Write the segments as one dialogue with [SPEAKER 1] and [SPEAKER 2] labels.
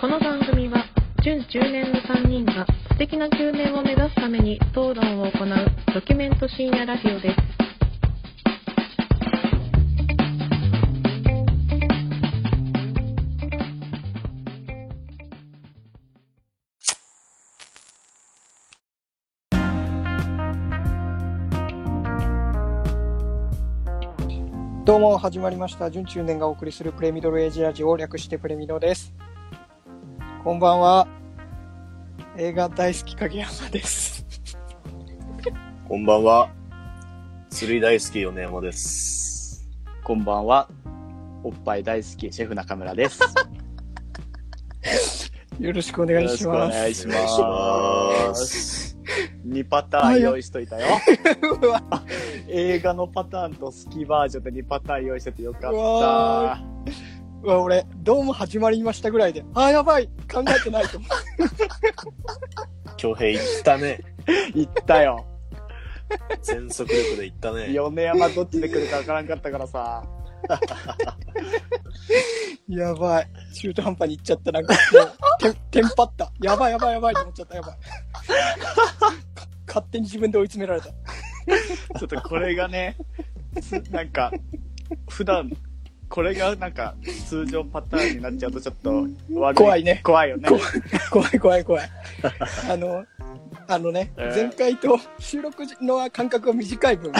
[SPEAKER 1] この番組は準10年の3人が素敵な9年を目指すために討論を行うドキュメント深夜ラジオです。
[SPEAKER 2] どうも始まりました準中年がお送りするプレミドルエイジラジオ略してプレミドですこんばんは映画大好き影山です
[SPEAKER 3] こんばんは。釣り大好き米山です。
[SPEAKER 4] こんばんは。おっぱい大好きシェフ中村です。
[SPEAKER 2] よろしくお願いし
[SPEAKER 4] よろ
[SPEAKER 2] ま
[SPEAKER 4] しくお願いし
[SPEAKER 3] お願いし
[SPEAKER 4] ま。
[SPEAKER 3] ます
[SPEAKER 4] 2パターン用意しといたよ。
[SPEAKER 2] すうわ
[SPEAKER 4] 映画のパターンと好きバージョンで2パターン用意しててよかっ
[SPEAKER 2] うわ
[SPEAKER 4] た。
[SPEAKER 2] うわ俺どうも始まりましたぐらいであーやばい考えてないと思
[SPEAKER 3] 京平行ったね。
[SPEAKER 4] 行ったよ。
[SPEAKER 3] 全速力で行ったね。
[SPEAKER 4] 米山どっちで来るかわからんかったからさ。
[SPEAKER 2] う やばい中途半端に行っちゃったなんかもうテンテンパったやばいやばいやばいと思っちゃったやばいか勝手に自分で追い詰められた
[SPEAKER 4] ちょっとこれがね、つなんか、普段、これがなんか通常パターンになっちゃうとちょっと悪い。
[SPEAKER 2] 怖いね
[SPEAKER 4] 怖いよね。
[SPEAKER 2] 怖い 怖い怖い怖 い。あの、あのね、
[SPEAKER 4] えー
[SPEAKER 2] 前回と収録の間隔が短い分、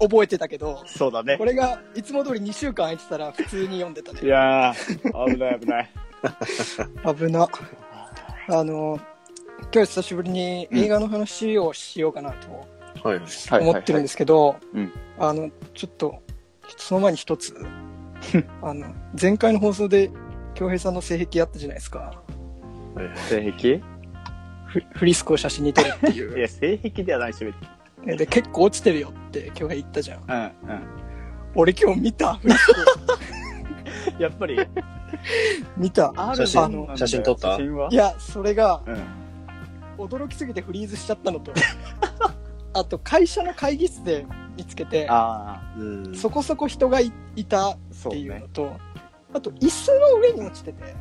[SPEAKER 2] 覚えてたけど、
[SPEAKER 4] そうだね
[SPEAKER 2] こ。れがいつも通り2週間空いてたら普通に読んでた
[SPEAKER 4] い
[SPEAKER 2] ね。
[SPEAKER 4] やー、危ない危ない。
[SPEAKER 2] 危な。あの、今日久しぶりに映画の話をしようかなと
[SPEAKER 3] はい。
[SPEAKER 2] 思ってるんですけど
[SPEAKER 4] うん、
[SPEAKER 2] あの、ちょっと、その前に 一つ、あの、前回の放送で、京平さんの性癖あったじゃないですか。
[SPEAKER 4] 性癖
[SPEAKER 2] フフリスクを写真に撮るっていう
[SPEAKER 4] い。や、性癖ではないし、別 に。
[SPEAKER 2] で、結構落ちてるよって京平言ったじゃん。
[SPEAKER 4] うん、うん。
[SPEAKER 2] 俺今日見た
[SPEAKER 4] やっぱり、
[SPEAKER 2] 見た
[SPEAKER 4] あ
[SPEAKER 3] 写真
[SPEAKER 2] あの
[SPEAKER 3] 写真撮った
[SPEAKER 4] 写真はい
[SPEAKER 2] やそれが
[SPEAKER 4] うん。
[SPEAKER 2] 驚きすぎてフリーズしちゃったのと あと会社の会議室で見つけ て
[SPEAKER 4] あ
[SPEAKER 3] うん。
[SPEAKER 2] そこそこ人がいいたっ
[SPEAKER 4] あ、そう
[SPEAKER 2] ていう
[SPEAKER 4] ね
[SPEAKER 2] の。とあと椅子の上に落ちてて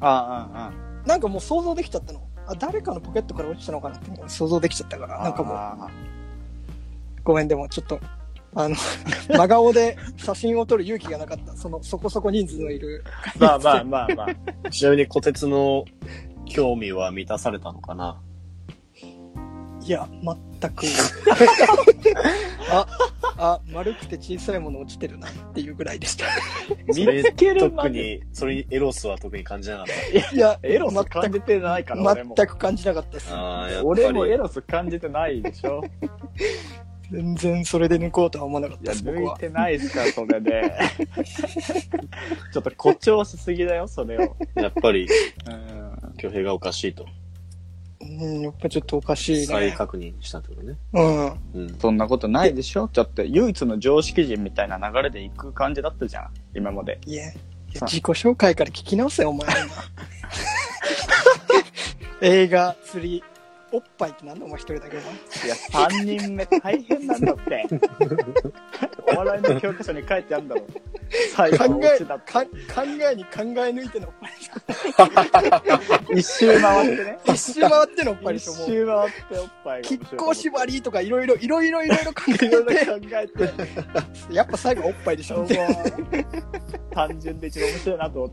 [SPEAKER 4] あ
[SPEAKER 2] なんかもう想像できちゃったのあ誰かのポケットから落ちたのかなって想像できちゃったか
[SPEAKER 4] あ、あ
[SPEAKER 2] ら
[SPEAKER 4] あ。
[SPEAKER 2] なんかもう
[SPEAKER 4] あ
[SPEAKER 2] ごめんでもちょっとあの 真顔で写真を撮る勇気がなかったそのそこそこ人数のいる
[SPEAKER 4] あまあまあまあま あ。
[SPEAKER 3] ちなみに小鉄の興味は満たされたのかない
[SPEAKER 2] や、全く。 あ、あ、丸くて小さいもの落ちてるなっていうぐらいでした。
[SPEAKER 4] 見つけるま
[SPEAKER 3] 特
[SPEAKER 4] で。
[SPEAKER 3] に、それにエロスは特に感じなかっ
[SPEAKER 2] いや、
[SPEAKER 4] エロス
[SPEAKER 2] 全
[SPEAKER 4] 感じてないから、俺
[SPEAKER 2] く、
[SPEAKER 4] も。
[SPEAKER 2] 全く感じなかったです
[SPEAKER 3] た。。ああ、やっぱり。
[SPEAKER 4] 俺もエロス感じてないでしょ。
[SPEAKER 2] 全然それで抜こうとは思わなかっ
[SPEAKER 4] い
[SPEAKER 2] た
[SPEAKER 4] や、
[SPEAKER 2] です、僕
[SPEAKER 4] 抜い
[SPEAKER 2] は。
[SPEAKER 4] てないしか、それで。 ちょっと誇張しすぎだよ、それを。
[SPEAKER 3] やっぱり、
[SPEAKER 4] うん。
[SPEAKER 3] 京平がおかしいと。
[SPEAKER 2] うん、やっぱちょっとおかしい
[SPEAKER 3] 再
[SPEAKER 2] ね。
[SPEAKER 3] 確認したってことね。
[SPEAKER 2] うん。
[SPEAKER 3] うん。
[SPEAKER 4] そんなことないでしょだって唯一の常識人みたいな流れで行く感じだったじゃん今まで
[SPEAKER 2] いや、いや自己紹介から聞き直せよ、お前。 映画、釣り、おっぱいってなんだ、お前一人だけお前。
[SPEAKER 4] いや3人目大変なんだって お笑いの教科書に書いてあるんだろう最後の
[SPEAKER 2] 考
[SPEAKER 4] オ
[SPEAKER 2] え、
[SPEAKER 4] チだ
[SPEAKER 2] か
[SPEAKER 4] って
[SPEAKER 2] 考えに考え抜いてのおっぱいでしょ。
[SPEAKER 4] 一周回ってね
[SPEAKER 2] 一周回ってのおっぱいで
[SPEAKER 4] 一
[SPEAKER 2] しょ、もう。
[SPEAKER 4] 周回っておっぱいが
[SPEAKER 2] きっ
[SPEAKER 4] 面白い
[SPEAKER 2] こ縛りとかいろいろいろいろいろいろ考え
[SPEAKER 4] いろい
[SPEAKER 2] て
[SPEAKER 4] ろ考えて
[SPEAKER 2] やっぱ最後はおっぱいでし
[SPEAKER 4] ど
[SPEAKER 2] ょ
[SPEAKER 4] う
[SPEAKER 2] って
[SPEAKER 4] も単純で一番面白いなと思っ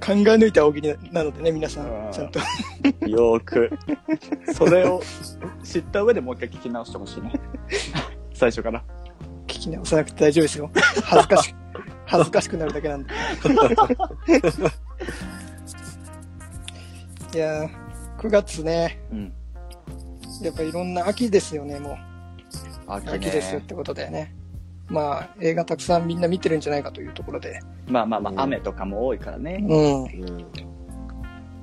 [SPEAKER 2] 考え抜いた大喜利なのでね皆さ
[SPEAKER 4] うんん
[SPEAKER 2] ちゃんと
[SPEAKER 4] てよーくそれを知った上でもう一回聞き直してほしいね最初から
[SPEAKER 2] 聞き直さなくて大丈夫ですよ恥ずか し恥ずかしくなるだけなんでいやー9月ね
[SPEAKER 4] うん
[SPEAKER 2] やっぱいろんな秋ですよねもう
[SPEAKER 4] 秋ね
[SPEAKER 2] 秋ですよってことだよねまあ映画たくさんみんな見てるんじゃないかというところで
[SPEAKER 4] まあまあま
[SPEAKER 3] うん
[SPEAKER 4] あ雨とかも多いからね
[SPEAKER 2] うん
[SPEAKER 3] うん。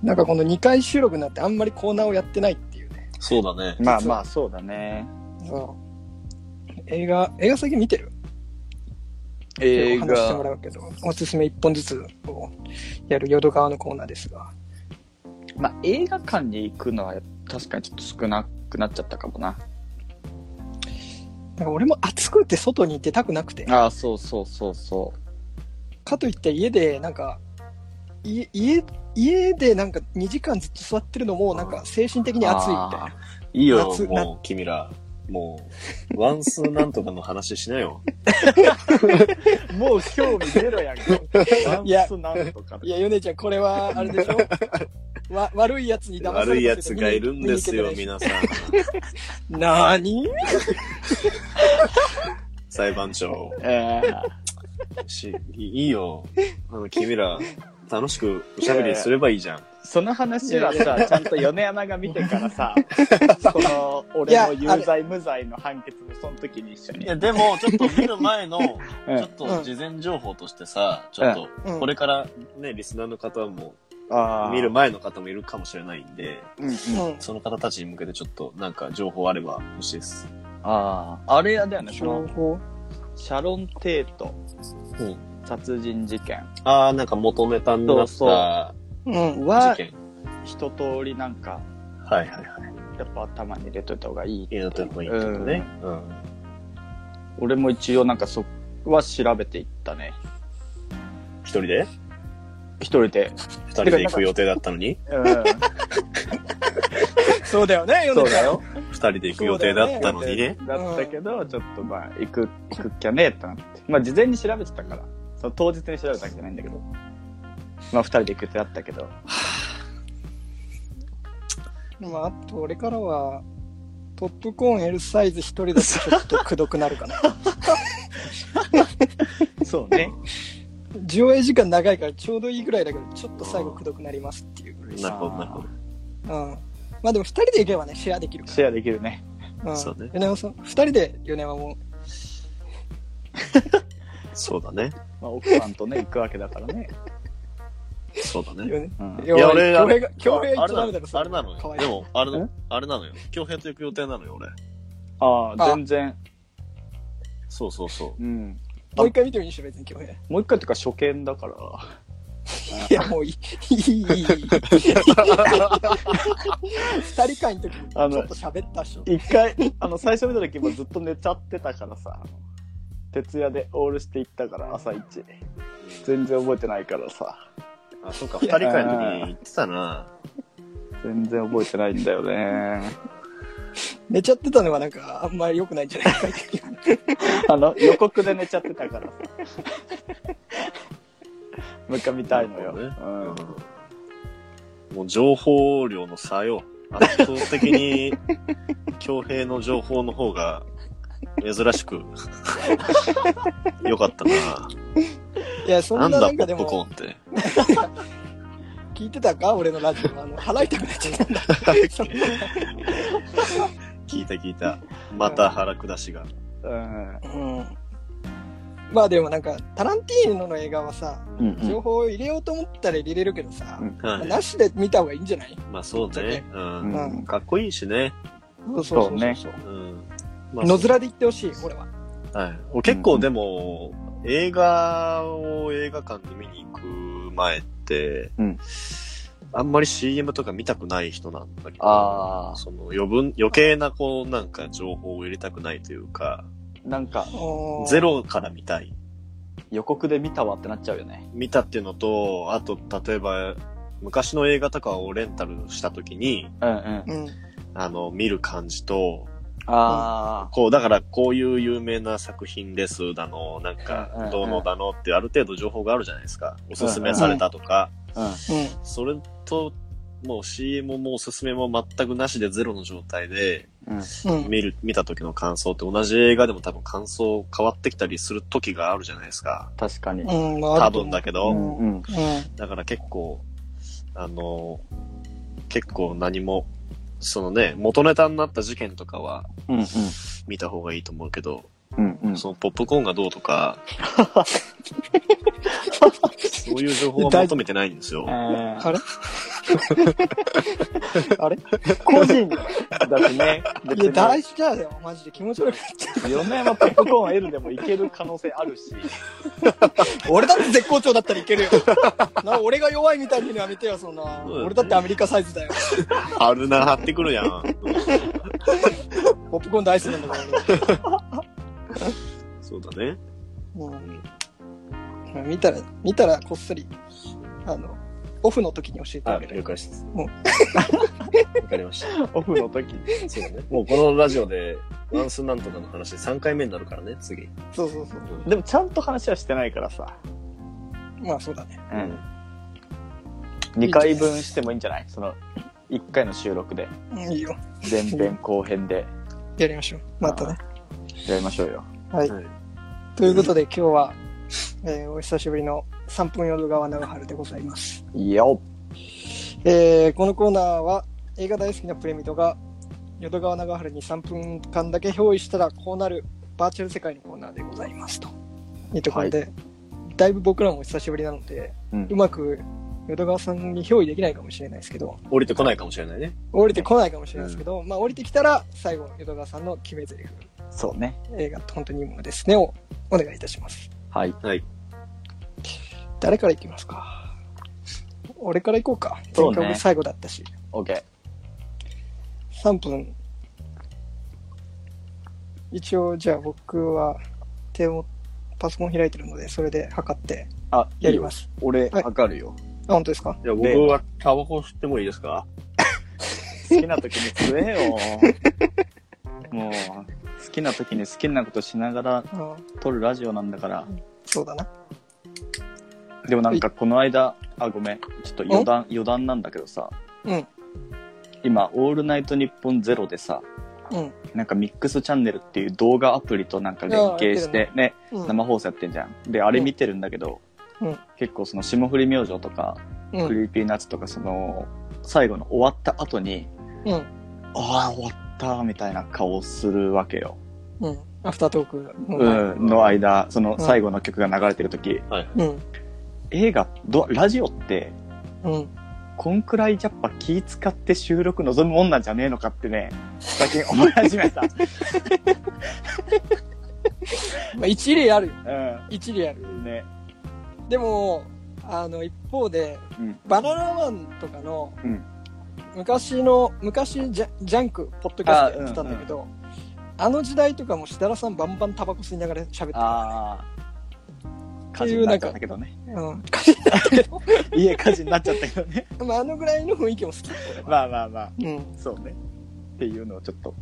[SPEAKER 2] なんかこの2回収録になってあんまりコーナーをやってないっていうね
[SPEAKER 3] そうだね。
[SPEAKER 4] まあまあそうだね
[SPEAKER 2] そう映画映画最近見てる
[SPEAKER 4] 映
[SPEAKER 2] 話しても
[SPEAKER 4] 画
[SPEAKER 2] らうけどおすすめ1本ずつをやる淀川のコーナーですが
[SPEAKER 4] まあ映画館に行くのは確かにちょっと少なくなっちゃったかもな
[SPEAKER 2] なんか俺も暑くて外に出たくなくて
[SPEAKER 4] ああそうそうそうそ
[SPEAKER 2] かといって家でなんかい家、家でなんか2時間ずっと座ってるのも、なんか精神的に熱いみたいな。
[SPEAKER 3] あーいいよ、
[SPEAKER 2] 夏
[SPEAKER 3] もう、君ら。もう、ワンスなんとかの話しなよ。
[SPEAKER 4] もう興味ゼロやんか。ワン
[SPEAKER 2] いや
[SPEAKER 4] スなんとか。
[SPEAKER 2] いや、ヨネちゃん、これは、あれでしょ わ悪いやつに 騙されて
[SPEAKER 3] 悪い奴がいるんです
[SPEAKER 2] 見
[SPEAKER 3] よ、
[SPEAKER 2] に行
[SPEAKER 3] 皆さん。
[SPEAKER 2] けてないしなに
[SPEAKER 3] 裁判長。
[SPEAKER 4] えー
[SPEAKER 3] しいいよ。あの、君ら、楽しくおしゃべりすればいいじゃん。
[SPEAKER 4] その話はさ、ちゃんと米山が見てから さ、その、
[SPEAKER 2] い
[SPEAKER 4] 俺
[SPEAKER 2] や
[SPEAKER 4] の有罪無罪の判決もその時に一緒に。
[SPEAKER 3] でも、ちょっと見る 前の、
[SPEAKER 4] うん
[SPEAKER 3] ちょっと事前情報としてさ、ちょっ
[SPEAKER 2] うん
[SPEAKER 3] と、これからね、リスナーの方も、
[SPEAKER 4] あー
[SPEAKER 3] 見る。前の方もいるかもしれないんで、
[SPEAKER 4] うんうん。
[SPEAKER 2] うん。
[SPEAKER 3] その方たちに向けてちょっと、なんか情報あれば欲しいです。
[SPEAKER 4] ああ、あれやだよね、そ
[SPEAKER 2] 情
[SPEAKER 4] の、
[SPEAKER 2] 報。
[SPEAKER 4] シャロン・テイト
[SPEAKER 3] うん
[SPEAKER 4] 殺人事件
[SPEAKER 3] ああ、なんか元ネタになった
[SPEAKER 4] そう
[SPEAKER 2] うん。
[SPEAKER 3] 事
[SPEAKER 4] は、
[SPEAKER 3] 件。
[SPEAKER 4] 一通りなんか、
[SPEAKER 3] はいはいはい。
[SPEAKER 4] やっぱ頭に入れといた方がいい。
[SPEAKER 3] 家のとこに行ってね。うん。
[SPEAKER 4] 俺も一応なんかそこは調べていったね。
[SPEAKER 3] 一人で
[SPEAKER 4] 一人で。
[SPEAKER 3] 二人で行く予定だったのに
[SPEAKER 4] うん。
[SPEAKER 2] そうだよね、ヨ
[SPEAKER 4] そう
[SPEAKER 2] ネちゃ
[SPEAKER 4] だ
[SPEAKER 2] ん。
[SPEAKER 4] よ。
[SPEAKER 3] 二人で行く予定だったのにね。
[SPEAKER 4] だったけど、ちょっとまあ、行く、行くっきゃねえってなって。まあ、事前に調べてたから。その当日に調べたわけじゃないんだけど。まあ、二人で行くってなったけど。
[SPEAKER 2] まあ、あと、俺からは、ポップコーン L サイズ一人だとちょっとくどくなるかな。
[SPEAKER 4] そうね。
[SPEAKER 2] 上映時間長いからちょうどいいぐらいだけど、ちょっと最後くどくなりますっていう。
[SPEAKER 3] なるほどなるほど。
[SPEAKER 2] うん。まあでも二人で行けばね、シェアできるか
[SPEAKER 4] シェアできるね。
[SPEAKER 2] ら。うん。
[SPEAKER 3] そうね
[SPEAKER 2] 米山さん、二人で米山も
[SPEAKER 3] そうだね。
[SPEAKER 4] まあ、奥さんとね、行くわけだからね。
[SPEAKER 3] そうだ
[SPEAKER 2] う、
[SPEAKER 3] ね。
[SPEAKER 2] 米
[SPEAKER 4] う
[SPEAKER 2] い
[SPEAKER 4] ん。
[SPEAKER 2] や、俺、
[SPEAKER 3] あ
[SPEAKER 2] 恭
[SPEAKER 3] れ
[SPEAKER 2] 平が、恭平行っちゃダメだろ、そ
[SPEAKER 3] あ
[SPEAKER 2] れ
[SPEAKER 3] れなの
[SPEAKER 2] か
[SPEAKER 3] よ
[SPEAKER 2] わ。いい
[SPEAKER 3] でも、あれ
[SPEAKER 4] え
[SPEAKER 3] な、あれなのよ。京平と行く予定なのよ、俺。
[SPEAKER 4] ああ、
[SPEAKER 2] あ
[SPEAKER 4] 全然。
[SPEAKER 3] そうそうそう。
[SPEAKER 4] うん。
[SPEAKER 2] もう一回見てもいいでしょ、別に恭平。
[SPEAKER 4] もう一回というか、初見だから。
[SPEAKER 2] いや、もういい、いい、いい、いい。二人会の時にちょ
[SPEAKER 4] あ
[SPEAKER 2] っ
[SPEAKER 4] の
[SPEAKER 2] と喋ったっしょ。
[SPEAKER 4] 一回、あの、最初見た時もずっと寝ちゃってたからさ。あの徹夜でオールして行ったから、朝一。全然覚えてないからさ。
[SPEAKER 3] あ、そうか、二人会の時に行ってたな。
[SPEAKER 4] 全然覚えてないんだよね。
[SPEAKER 2] 寝ちゃってたのはなんか、あんまり良くないんじゃないかっていう。
[SPEAKER 4] あの、予告で寝ちゃってたからさ。もう一回見たいのよ。
[SPEAKER 3] なるほ
[SPEAKER 4] うん
[SPEAKER 3] どねうんもう情報量の差よ。圧倒的に、京平の情報の方が、珍しく、よかったな。
[SPEAKER 2] いや、そんな
[SPEAKER 3] な
[SPEAKER 2] なんん
[SPEAKER 3] だ、
[SPEAKER 2] かで
[SPEAKER 3] ポップコー
[SPEAKER 2] も
[SPEAKER 3] ン、って。
[SPEAKER 2] 聞いてたか俺のラジオ。あの、払いたくなっちゃったんだ。そんな
[SPEAKER 3] 聞いた聞いた。また腹下しが。
[SPEAKER 4] うん。
[SPEAKER 2] うん。まあでもなんか、タランティーノの映画はさ、
[SPEAKER 4] うん
[SPEAKER 2] 情報を入れようと思ったら入れれるけどさ、
[SPEAKER 4] うん
[SPEAKER 3] はい。
[SPEAKER 2] なしで見た方がいいんじゃない
[SPEAKER 3] まあそうね。う。
[SPEAKER 4] うんん。
[SPEAKER 3] かっこいいしね。
[SPEAKER 2] そう
[SPEAKER 4] そうね
[SPEAKER 3] うん。まあ
[SPEAKER 2] 野面で言ってほしい、俺は。
[SPEAKER 3] はい。俺結構でも、映画を映画館に見に行く前って、
[SPEAKER 4] うん
[SPEAKER 3] あんまり CM とか見たくない人なんだけど、
[SPEAKER 4] あ
[SPEAKER 3] その余分、余計なこうなんか情報を入れたくないというか、
[SPEAKER 4] あ、なんか
[SPEAKER 3] ゼロから見たい。
[SPEAKER 4] 予告で見たわってなっちゃうよね。
[SPEAKER 3] 見たっていうのと、あと例えば昔の映画とかをレンタルした時に、
[SPEAKER 4] うんうん。
[SPEAKER 2] うん。
[SPEAKER 3] あの、見る感じと、
[SPEAKER 4] あ
[SPEAKER 3] こう、だからこういう有名な作品ですだの、なん
[SPEAKER 4] うんうんう
[SPEAKER 3] か
[SPEAKER 4] ん、
[SPEAKER 3] どうのだのってある程度情報があるじゃないですか。おすすめされたとか、
[SPEAKER 4] あ、
[SPEAKER 2] うん。
[SPEAKER 3] それと、もう CM もおすすめも全くなしでゼロの状態で
[SPEAKER 4] うん。うん。
[SPEAKER 2] うん。
[SPEAKER 3] 見る、見た時の感想って同じ映画でも多分感想変わってきたりする時があるじゃないですか。
[SPEAKER 4] 確かに。
[SPEAKER 2] うん、まあ
[SPEAKER 3] 多
[SPEAKER 2] あると
[SPEAKER 3] 分だけ
[SPEAKER 4] う
[SPEAKER 3] ど、
[SPEAKER 4] んうん。
[SPEAKER 2] 思う
[SPEAKER 3] だから結構、あの、結構何も、そのね、元ネタになった事件とかは
[SPEAKER 4] うんうん。
[SPEAKER 3] 見た方がいいと思うけど、
[SPEAKER 4] うんうん。
[SPEAKER 3] そのポップコーンがどうとか、そういう情報は求めてないんですよ。
[SPEAKER 4] あー
[SPEAKER 2] あれあれ
[SPEAKER 4] 個人だしね。別
[SPEAKER 2] いや、
[SPEAKER 4] に
[SPEAKER 2] 大事だよ、マジで。気持ち悪くなっちゃ
[SPEAKER 4] 米山ポップコーン L でもいける可能性あるし。
[SPEAKER 2] う。俺だって絶好調だったらいけるよ。 な、俺が弱いみたいに言うのやめてよ、そんな。
[SPEAKER 3] うだね
[SPEAKER 2] 俺だってアメリカサイズだよ。
[SPEAKER 3] あるな、張ってくるや ん。
[SPEAKER 2] ポップコーン大好きなんだから俺。
[SPEAKER 3] そうだね。
[SPEAKER 2] うん、見たら、見たらこっそり、あの、オフの時に教えてあ
[SPEAKER 3] あ、
[SPEAKER 2] げる。
[SPEAKER 3] 了解です。
[SPEAKER 2] うん
[SPEAKER 3] わかりました。
[SPEAKER 4] オフの時。
[SPEAKER 3] そうだね。もうこのラジオで、ワンスなんとかの話3回目になるからね、次。
[SPEAKER 2] そうそうそう。
[SPEAKER 4] でもちゃんと話はしてないからさ。
[SPEAKER 2] まあそうだね。
[SPEAKER 4] う
[SPEAKER 3] うん。
[SPEAKER 4] 2回分してもいいんじゃないその、1回の収録で。
[SPEAKER 2] うん、いいよ。
[SPEAKER 4] 前編後編で
[SPEAKER 2] やりましょう。またね。
[SPEAKER 4] やりましょうよ。
[SPEAKER 2] はい。
[SPEAKER 3] はい
[SPEAKER 2] ということで今日は、えーお久しぶりの3分夜川長春でございます。
[SPEAKER 4] いいよ。
[SPEAKER 2] えーこのコーナーは映画大好きなプレミドが淀川長春に3分間だけ憑依したらこうなるバーチャル世界のコーナーでございますというところで、だいぶ僕らも久しぶりなので
[SPEAKER 4] うん
[SPEAKER 2] う。まく淀川さんに憑依できないかもしれないですけど
[SPEAKER 3] 降りてこないかもしれないね。
[SPEAKER 2] 降りてこないかもしれないですけど、まあ降りてきたら最後淀川さんの決め台詞
[SPEAKER 4] そうね。
[SPEAKER 2] 映画って本当にいいものですねをお願いいたします
[SPEAKER 4] はい。
[SPEAKER 3] はい。
[SPEAKER 2] 誰からいきますか俺から行こうか
[SPEAKER 4] そう
[SPEAKER 2] 前
[SPEAKER 4] ね
[SPEAKER 2] 回僕最後だったし
[SPEAKER 4] OK。
[SPEAKER 2] 3分一応じゃあ僕は手をパソコン開いてるのでそれで測って
[SPEAKER 4] あ、
[SPEAKER 2] やります
[SPEAKER 4] いいよ。俺、
[SPEAKER 2] はい
[SPEAKER 4] 測るよ。
[SPEAKER 2] あ本当ですか
[SPEAKER 3] じゃあ僕
[SPEAKER 4] で
[SPEAKER 3] はタバコ吸ってもいいですか
[SPEAKER 4] 好きな時に吸 えよ。もう、好きな時に好きなことしながら
[SPEAKER 2] あ
[SPEAKER 4] 撮るラジオなんだから。
[SPEAKER 2] そうだな
[SPEAKER 4] でもなんかこの間、あ、ごめん。ちょっと余談、余談なんだけどさ。
[SPEAKER 2] うん
[SPEAKER 4] 今、オールナイトニッポンゼロでさ、
[SPEAKER 2] うん、
[SPEAKER 4] なんかミックスチャンネルっていう動画アプリとなんか連携して、ね、
[SPEAKER 2] うん、
[SPEAKER 4] 生放送やってんじゃん。で、あれ見てるんだけど、
[SPEAKER 2] うん
[SPEAKER 4] 結構その霜降り明星とか、
[SPEAKER 2] うん
[SPEAKER 4] クリーピーナッツとかその、最後の終わった後に、
[SPEAKER 2] うん
[SPEAKER 4] ああ、終わった、みたいな顔をするわけよ。
[SPEAKER 2] うんアフタートークの
[SPEAKER 4] う
[SPEAKER 2] 前
[SPEAKER 4] ん、の間、その
[SPEAKER 2] うん
[SPEAKER 4] 最後の曲が流れてる時、
[SPEAKER 3] はい。
[SPEAKER 2] うん
[SPEAKER 4] 映画ど、ラジオって、
[SPEAKER 2] うん
[SPEAKER 4] こんくらいやっぱ気使って収録望むもんなんじゃねえのかってね、最近思い 始めた。う
[SPEAKER 2] まあ、一例あるよ
[SPEAKER 4] ん
[SPEAKER 2] 一例ある。
[SPEAKER 4] ね。
[SPEAKER 2] でもあの一方で
[SPEAKER 4] うん。
[SPEAKER 2] バナナマンとかの、
[SPEAKER 4] うん
[SPEAKER 2] 昔の昔ジャジャンクポッドキャストやってたんだけどあ,、の時代とかも設楽さんバンバンタバコ吸いながら喋ってた、
[SPEAKER 4] ああ。
[SPEAKER 2] て
[SPEAKER 4] 火事
[SPEAKER 2] い
[SPEAKER 4] に
[SPEAKER 2] う
[SPEAKER 4] な
[SPEAKER 2] な
[SPEAKER 4] っ
[SPEAKER 2] ん
[SPEAKER 4] ちゃ
[SPEAKER 2] か
[SPEAKER 4] ったけど ね。
[SPEAKER 2] うん
[SPEAKER 4] 家火事になっちゃったけどね。
[SPEAKER 2] まあ、あのぐらいの雰囲気も好き、
[SPEAKER 4] まあまあまあ。
[SPEAKER 2] うん、
[SPEAKER 4] そうね。っていうのをちょっと。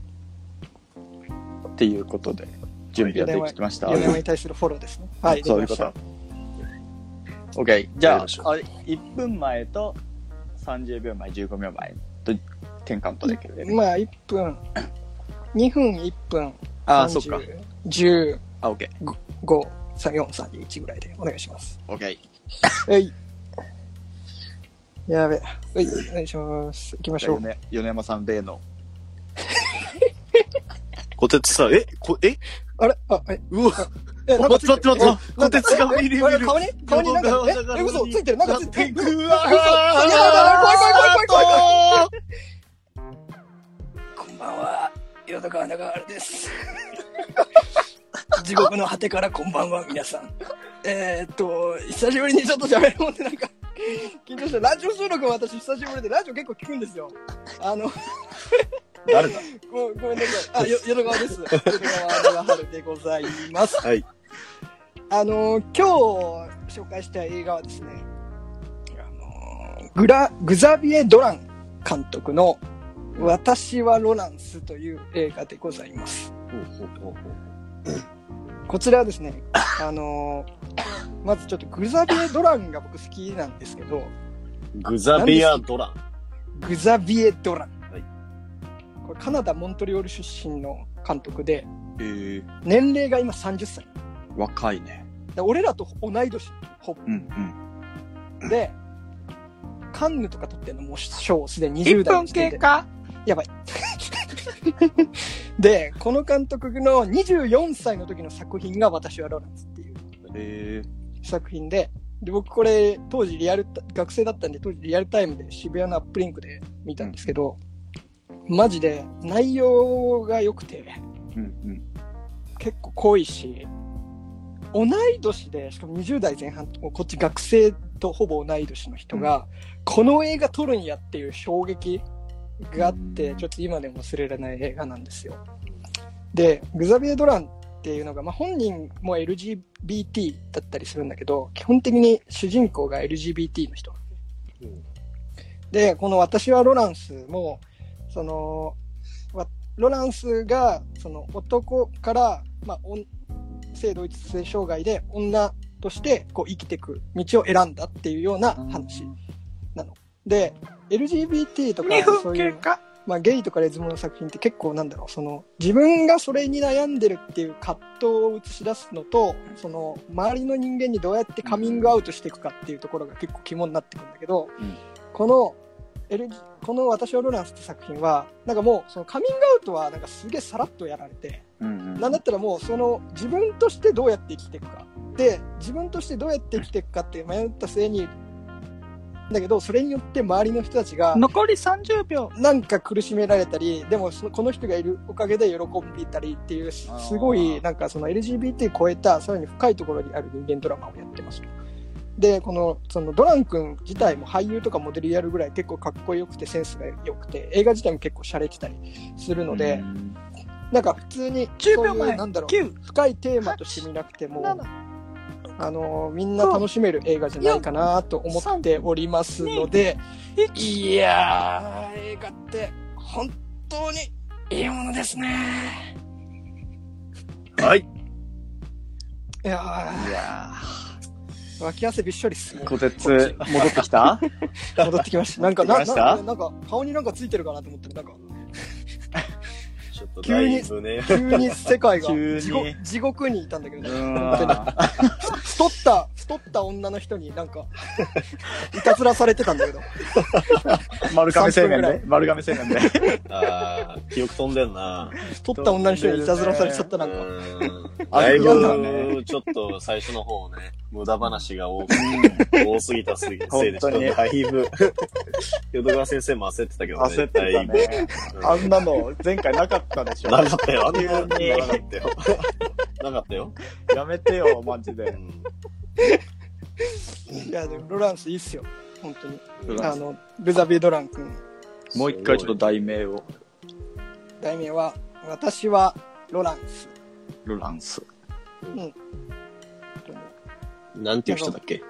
[SPEAKER 4] っていうことで、準備ができました。
[SPEAKER 2] 米山に対するフォローですねはい
[SPEAKER 4] そうい
[SPEAKER 2] で
[SPEAKER 4] うこ
[SPEAKER 2] き
[SPEAKER 4] と
[SPEAKER 2] ま。
[SPEAKER 4] OK。じゃ
[SPEAKER 3] やり
[SPEAKER 4] あ
[SPEAKER 3] ましょ、う
[SPEAKER 4] あれ1分前と30秒前、15秒前と10カウントできる
[SPEAKER 2] した
[SPEAKER 4] ね。
[SPEAKER 2] まあ1分2分1分
[SPEAKER 4] ああ、そっか。
[SPEAKER 2] 1 5
[SPEAKER 4] あ、OK。
[SPEAKER 2] 3 4 3 2 1ぐらいでお願いします
[SPEAKER 4] OK。
[SPEAKER 2] えいやべえいお願いします行きましょう
[SPEAKER 4] 米米山さん、例の。
[SPEAKER 3] 小鉄さん、えこえ
[SPEAKER 2] あれあえ
[SPEAKER 3] うわ、
[SPEAKER 2] えなんかつい
[SPEAKER 3] 待って待って待って
[SPEAKER 2] なんか
[SPEAKER 3] こてつがいるいるいる
[SPEAKER 2] え顔に顔になんかええ嘘ついてるなんかついてる嘘怖い怖い怖い怖い怖い怖いこんばんは、淀川長春です。 地獄の果てからこんばんは、皆さん。えー、っと、久しぶりにちょっと喋るもんで、なんか、緊張して、ラジオ収録も私久しぶりで、ラジオ結構聞くんですよ。あの、
[SPEAKER 4] 誰だ
[SPEAKER 2] ごごめんなさ い。あ、よ、淀川です。淀川長春でございます。
[SPEAKER 3] はい。
[SPEAKER 2] あの、今日紹介した映画はですね、あの、グラ、グザビエ・ドラン監督の、私はロランスという映画でございます。こちらはですね、あのーまずちょっとグザビエ・ドランが僕好きなんですけど、
[SPEAKER 3] グザビアドラン。
[SPEAKER 2] グザビエ・ドラン。
[SPEAKER 3] はい
[SPEAKER 2] これカナダ・モントリオール出身の監督で、
[SPEAKER 4] えー、
[SPEAKER 2] 年齢が今30歳。
[SPEAKER 4] 若いね。
[SPEAKER 2] で俺らと同い年、ほ
[SPEAKER 4] うんうん。
[SPEAKER 2] で、カンヌとか撮ってんのもう賞をすでに20代の時点で。
[SPEAKER 4] 過
[SPEAKER 2] やばい。で、この監督の24歳の時の作品が私はロランスっていう。
[SPEAKER 4] え
[SPEAKER 2] 作品で、で僕これ当時リアルタ、学生だったんで当時リアルタイムで渋谷のアップリンクで見たんですけど、マジで内容が良くて、
[SPEAKER 4] ー、うんうん。
[SPEAKER 2] 結構濃いし、同い年で、しかも20代前半、もうこっち学生とほぼ同い年の人が、この映画撮るんやっていう衝撃があって、ちょっと今でも忘れられない映画なんですよ。で、グザビエ・ドランっていうのが、まあ、本人も LGBT だったりするんだけど、基本的に主人公が LGBT の人。で、この私はロランスも、その、わロランスが、その男から、まあ、おん性同一性障害で女としてこう生きていく道を選んだっていうような話なの。で、LGBT とか、そういう、
[SPEAKER 4] か
[SPEAKER 2] まあ、ゲイとかレズモの作品って結構なんだろう、その、自分がそれに悩んでるっていう葛藤を映し出すのと、その、周りの人間にどうやってカミングアウトしていくかっていうところが結構肝になってくるんだけど、
[SPEAKER 4] うん
[SPEAKER 2] この、L、この私はロランスって作品は、なんかもう、そのカミングアウトはなんかすげえさらっとやられて、
[SPEAKER 4] うん
[SPEAKER 2] なんだったらもうその自分としてどうやって生きていくかで自分としてどうやって生きていくかって迷った末にだけどそれによって周りの人たちが
[SPEAKER 4] 残り30秒
[SPEAKER 2] なんか苦しめられたりでもそのこの人がいるおかげで喜んでいたりっていうす
[SPEAKER 4] あー
[SPEAKER 2] すごいなんかその LGBT 超えたさらに深いところにある人間ドラマをやってますでこのそのドラン君自体も俳優とかモデルやるぐらい結構かっこよくてセンスが良くて映画自体も結構洒落てたりするので、なんか普通に
[SPEAKER 4] 10
[SPEAKER 2] そうい
[SPEAKER 4] 秒
[SPEAKER 2] う
[SPEAKER 4] 前
[SPEAKER 2] なんだろう
[SPEAKER 4] 9
[SPEAKER 2] 深いテーマとして見なくても、あのみんな楽しめる映画じゃないかなと思っておりますので、いやー、映画って本当にいいものですね。
[SPEAKER 3] はい。
[SPEAKER 2] いや
[SPEAKER 4] いや
[SPEAKER 2] ー、脇汗びっしょりっすね
[SPEAKER 4] ー。こてつ戻ってき た
[SPEAKER 2] 戻ってきました。なんか、
[SPEAKER 4] 戻っ
[SPEAKER 2] な
[SPEAKER 4] てきまし
[SPEAKER 2] な
[SPEAKER 4] た
[SPEAKER 2] なんか、顔になんかついてるかなと思って る。なんか、
[SPEAKER 3] ちょっとだいぶね。
[SPEAKER 2] 急に世界が
[SPEAKER 4] 急に
[SPEAKER 2] 地獄地獄にいたんだけど
[SPEAKER 4] う
[SPEAKER 2] ね。
[SPEAKER 4] ん
[SPEAKER 2] 太った、太った女の人になん か、いたずらされてたんだけど。
[SPEAKER 4] 丸亀製
[SPEAKER 2] 3分ぐ
[SPEAKER 4] 麺
[SPEAKER 2] らい
[SPEAKER 4] で丸亀製麺で
[SPEAKER 3] ああ、記憶飛んでんな。
[SPEAKER 2] 太った女の人にいたずらされちゃった
[SPEAKER 3] う
[SPEAKER 2] なんか。
[SPEAKER 3] ーん
[SPEAKER 4] あ
[SPEAKER 3] だい
[SPEAKER 4] 嫌だね
[SPEAKER 3] ぶ、ちょっと最初の方ね、無駄話が多く多すぎたせいで、
[SPEAKER 4] 本当に
[SPEAKER 3] ちょっとだいぶ、淀川先生も焦ってたけどね。
[SPEAKER 4] 焦ってた
[SPEAKER 3] だいぶ
[SPEAKER 4] ねあんなの前回なかった でしょ
[SPEAKER 3] なかったよ。あんなの
[SPEAKER 4] 急に
[SPEAKER 3] なかったよ。なかったよ。
[SPEAKER 4] やめてよマジ
[SPEAKER 3] う
[SPEAKER 4] で
[SPEAKER 3] ん
[SPEAKER 2] いや、でもロランスいいっすよ。本当に。
[SPEAKER 4] ロラン
[SPEAKER 2] あの、ルザビー・ドラン君。
[SPEAKER 4] もう一回ちょっと題名を
[SPEAKER 2] 題名は、私はロランス。
[SPEAKER 4] ルランス
[SPEAKER 3] なんていう人だっけ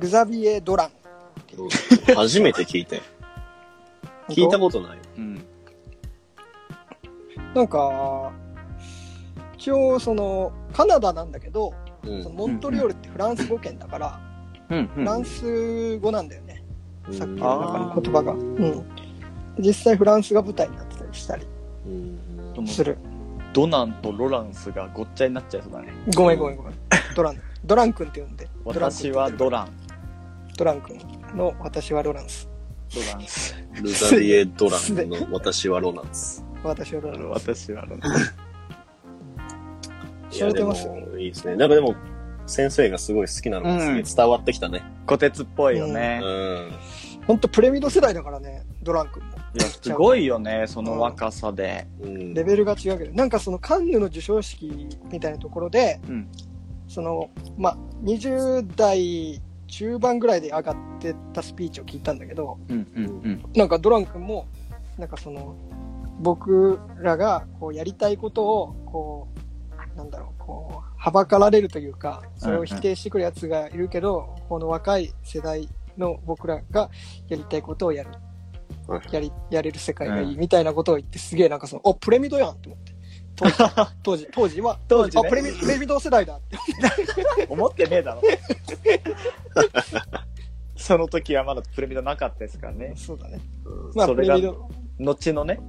[SPEAKER 2] グザビエ・ドラン。
[SPEAKER 3] 初めて聞いて。聞いたことない。
[SPEAKER 4] うん
[SPEAKER 2] なんか、一応、その、カナダなんだけど、
[SPEAKER 3] う
[SPEAKER 2] その
[SPEAKER 3] ん。
[SPEAKER 2] モントリオールってフランス語圏だから、
[SPEAKER 4] うん
[SPEAKER 2] フランス語なんだよね。さっきの中
[SPEAKER 4] あ
[SPEAKER 2] の言葉が。うん。実際フランスが舞台になってたりしたり
[SPEAKER 3] うん
[SPEAKER 4] うん
[SPEAKER 2] する。
[SPEAKER 4] ドナンとロランスがごっちゃになっちゃいそうだね
[SPEAKER 2] ごめんごめんごめん。ドラン。ドラン君って呼んで。ドラン君
[SPEAKER 4] 私
[SPEAKER 2] って呼
[SPEAKER 4] は
[SPEAKER 2] んでる
[SPEAKER 4] ドラン
[SPEAKER 2] ドラン君の私はロランス。
[SPEAKER 4] ドランス
[SPEAKER 3] ルザリエ・ドランの私はロナンス。
[SPEAKER 2] 私はロランス。
[SPEAKER 4] 私はロランス
[SPEAKER 3] いや
[SPEAKER 2] 知れてます
[SPEAKER 3] でもいいですね。なんかでも、先生がすごい好きなのがすげえ伝わってきたね。
[SPEAKER 4] こてつっぽいよ
[SPEAKER 3] う
[SPEAKER 4] ね。
[SPEAKER 3] ん。
[SPEAKER 2] ほんとプレミド世代だからね、ドラン君も。
[SPEAKER 4] いや、すごいよね、その若さで。
[SPEAKER 3] うん。
[SPEAKER 2] レベルが違うけど、なんかそのカンヌの授賞式みたいなところで、
[SPEAKER 4] うん
[SPEAKER 2] その、まあ、20代中盤ぐらいで上がってたスピーチを聞いたんだけど、
[SPEAKER 4] うんうん
[SPEAKER 2] なんかドラン君も、なんかその、僕らがこうやりたいことを、こう、なんだろう、こう、はばかられるというか、それを否定してくるやつがいるけど、この若い世代の僕らがやりたいことをやる
[SPEAKER 3] はい。
[SPEAKER 2] やり、やれる世界がいい
[SPEAKER 4] うん
[SPEAKER 2] みたいなことを言って、すげえなんかその、お、プレミドやんって思って。当時、当時、当時は、
[SPEAKER 4] 当時ね
[SPEAKER 2] あ、プレミ、プレミド世代だって。
[SPEAKER 4] うん。思ってねえだろ。 その時はまだプレミドなかったですからね。
[SPEAKER 2] そうだね。
[SPEAKER 3] うん
[SPEAKER 2] まあ、
[SPEAKER 4] そ
[SPEAKER 2] プレ
[SPEAKER 4] れが
[SPEAKER 2] ミド、
[SPEAKER 4] 後のね、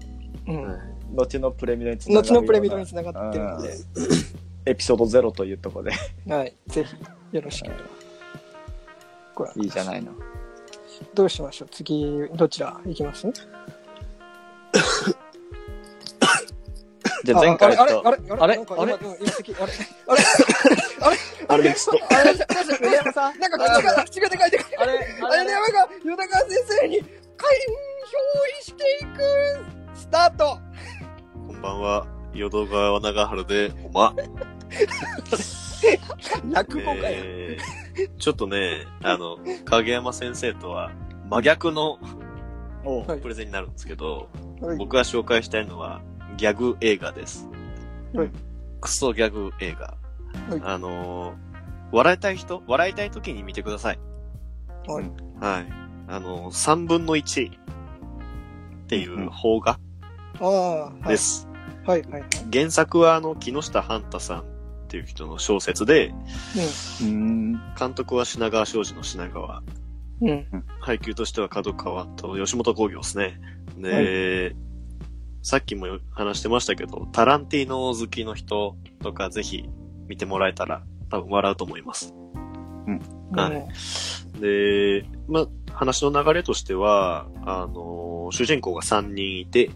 [SPEAKER 2] うん。
[SPEAKER 4] 後のプレミドにつながる
[SPEAKER 2] 後
[SPEAKER 4] ような
[SPEAKER 2] のプレミドにつながってるので、
[SPEAKER 4] エピソード0というところで。
[SPEAKER 2] はい。ぜひ、よろしく。ご覧
[SPEAKER 4] いいじゃないの。
[SPEAKER 2] どうしましょう次、どちら行きます
[SPEAKER 4] じゃあ前回
[SPEAKER 2] ああれ
[SPEAKER 4] と
[SPEAKER 2] あ、れあれ
[SPEAKER 4] あれ
[SPEAKER 2] なんか
[SPEAKER 4] あれ
[SPEAKER 2] 今今今席あれあれあれ
[SPEAKER 3] あれ、ちょっと、
[SPEAKER 2] あれ上山さんなんか口が、口がでかいでかい。
[SPEAKER 4] あれ
[SPEAKER 2] あれね、山が、淀川先生に、開票していく、スター ト
[SPEAKER 3] こんばんは、淀川長春で、おま。
[SPEAKER 2] 落語会。
[SPEAKER 3] えーちょっとね、あの、影山先生とは真逆の
[SPEAKER 4] おう
[SPEAKER 2] はい
[SPEAKER 3] プレゼンになるんですけど、
[SPEAKER 2] はい
[SPEAKER 3] 僕が紹介したいのはギャグ映画です。
[SPEAKER 2] はい
[SPEAKER 3] クソギャグ映画。
[SPEAKER 2] はい
[SPEAKER 3] あのー笑いたい人、笑いたい時に見てください。
[SPEAKER 2] はい
[SPEAKER 3] はい。あの、3分の1っていう邦画
[SPEAKER 2] ああ、はい、
[SPEAKER 3] で。す。
[SPEAKER 2] はいはい。うん。
[SPEAKER 3] 原作はあの、木下半太さんっていう人の小説で、
[SPEAKER 4] うん。
[SPEAKER 3] 監督は品川庄司の品川。
[SPEAKER 2] うん。
[SPEAKER 3] 配給としては角川と吉本興業ですね。で、さっきも話してましたけど、タランティーノ好きの人とかぜひ見てもらえたら多分笑うと思います。はい
[SPEAKER 2] うん
[SPEAKER 3] で、ま、話の流れとしては、あの、主人公が3人いて、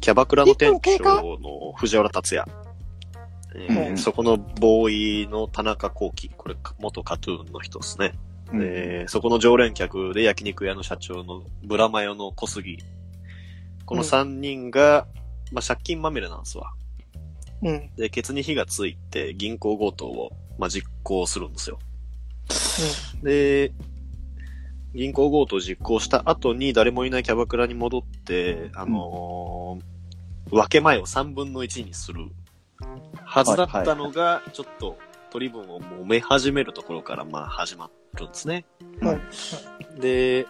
[SPEAKER 3] キャバクラの店
[SPEAKER 2] 一分
[SPEAKER 3] 長の藤原達也、えー
[SPEAKER 4] うん
[SPEAKER 3] そこのボーイの田中幸喜、これ元カトゥーンの人ですね。
[SPEAKER 4] え
[SPEAKER 3] で、そこの常連客で焼肉屋の社長のブラマヨの小杉。この
[SPEAKER 2] うん
[SPEAKER 3] 3人が、まあ、借金まみれなんですわ。
[SPEAKER 2] うん。
[SPEAKER 3] で、ケツに火がついて銀行強盗を、まあ、実行するんですよ。で、銀行強盗を実行した後に誰もいないキャバクラに戻って、あのー分け前を3分の1にするはずだったのが、ちょっと取り分を揉め始めるところから、まあ、始まるんですね。
[SPEAKER 2] はい。
[SPEAKER 3] で、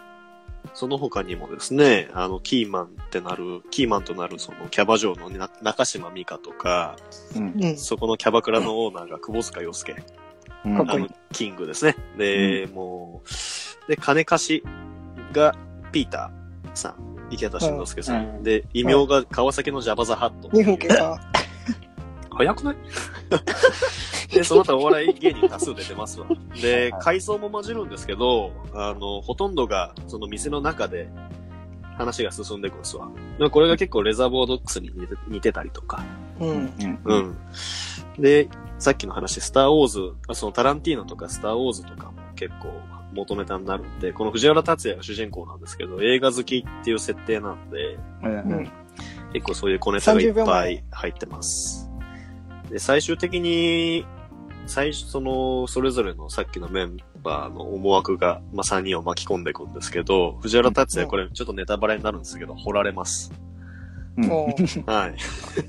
[SPEAKER 3] その他にもですね、あの、キーマンってなる、キーマンとなる、その、キャバ嬢のな中島美香とか、
[SPEAKER 4] うん。
[SPEAKER 2] うん。
[SPEAKER 3] そこのキャバクラのオーナーが久保塚洋介、
[SPEAKER 4] うん
[SPEAKER 2] かっ
[SPEAKER 3] あ
[SPEAKER 2] こいい
[SPEAKER 3] の、キングですね。で、もう、で、金貸しがピーターさん、池田慎之介さ。
[SPEAKER 4] うんん
[SPEAKER 3] で、異名が川崎のジャバザハット。
[SPEAKER 2] 2分経過。
[SPEAKER 3] 早くない で、その他お笑い芸人多数出てますわ。で、改装も混じるんですけど、あの、ほとんどが、その店の中で、話が進んでいくんですわ。でこれが結構レザーボードックスに似て似てたりとか。
[SPEAKER 2] うん。
[SPEAKER 3] う
[SPEAKER 4] うん
[SPEAKER 3] ん。で、さっきの話、スターウォーズ、あそのタランティーノとかスターウォーズとかも結構元ネタになるんで、この藤原達也が主人公なんですけど、映画好きっていう設定なんで、
[SPEAKER 2] うん。
[SPEAKER 3] 結構そういう小ネタがい
[SPEAKER 2] 30
[SPEAKER 3] っ
[SPEAKER 2] 秒
[SPEAKER 3] ぱ
[SPEAKER 2] 前
[SPEAKER 3] い入ってます。で、最終的に、最初、その、それぞれのさっきのメンバーの思惑が、まあ、3人を巻き込んでいくんですけど、藤原達
[SPEAKER 2] う
[SPEAKER 3] 也、
[SPEAKER 2] ん
[SPEAKER 3] これちょっとネタバレになるんですけど、掘られます。
[SPEAKER 4] うん
[SPEAKER 2] もう、
[SPEAKER 3] はい。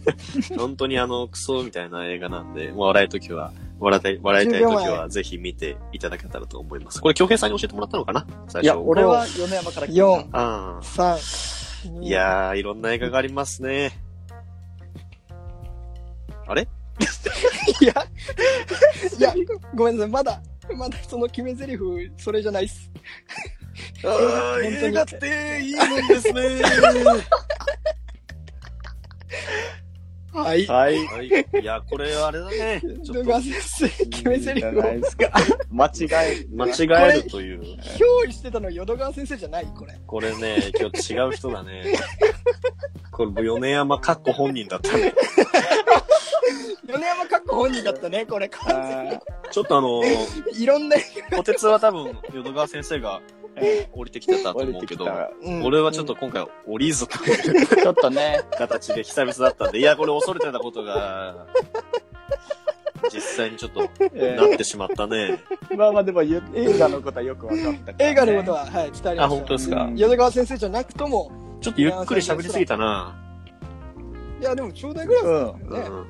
[SPEAKER 3] 本当にあの、クソみたいな映画なんで、笑いときは、笑いたい、笑いたいとき
[SPEAKER 2] 10秒
[SPEAKER 3] は、ぜひ見ていただけたらと思います。これ、京平さんに教えてもらったのかな最初。
[SPEAKER 4] いや、俺は米山から聞い
[SPEAKER 2] 4、
[SPEAKER 3] ああ。
[SPEAKER 2] 3、2
[SPEAKER 3] いやー、いろんな映画がありますね。あれ
[SPEAKER 2] いや、いや、ごめんなさい、まだ、まだその決め台詞それじゃないっす。
[SPEAKER 3] あ
[SPEAKER 2] 本当
[SPEAKER 3] ー
[SPEAKER 2] に
[SPEAKER 3] 映画っていいもんですね。
[SPEAKER 2] はい
[SPEAKER 4] た。。はい。
[SPEAKER 3] はい。いや、これあれだね。ちょっ
[SPEAKER 2] 野川
[SPEAKER 3] と、
[SPEAKER 2] 先生、決め台詞を
[SPEAKER 4] いですか。間違い。
[SPEAKER 3] 間違えるという。
[SPEAKER 2] 憑依してたの淀川先生じゃないこれ。
[SPEAKER 3] これね、今日違う人だね。これ、米山かっこ本人だったね。
[SPEAKER 2] 米山かっこ本人だったね、これ。完
[SPEAKER 3] ちょっとあの、
[SPEAKER 2] 全にいろんな、
[SPEAKER 3] 小鉄は多分、淀川先生が降りてきてたと
[SPEAKER 4] 降り
[SPEAKER 3] 思う
[SPEAKER 4] て
[SPEAKER 3] け
[SPEAKER 4] き
[SPEAKER 3] ど、
[SPEAKER 4] た。
[SPEAKER 2] うん
[SPEAKER 3] 俺はちょっと、今回降りずという
[SPEAKER 4] ちょっとね、
[SPEAKER 3] 形で久々だったんで、いや、これ恐れてたことが、実際にちょっとなってしまったね。
[SPEAKER 4] まあまあでもゆ映画のことはよくわかったからね
[SPEAKER 2] 映画のことは、はい、伝えました。
[SPEAKER 3] あ、本当ですか。
[SPEAKER 2] 淀川先生じゃなくとも、
[SPEAKER 3] ちょっとゆっくり喋りすぎたな。
[SPEAKER 2] いや、でもちょうだいぐらいです
[SPEAKER 3] う
[SPEAKER 2] からね。
[SPEAKER 3] ん。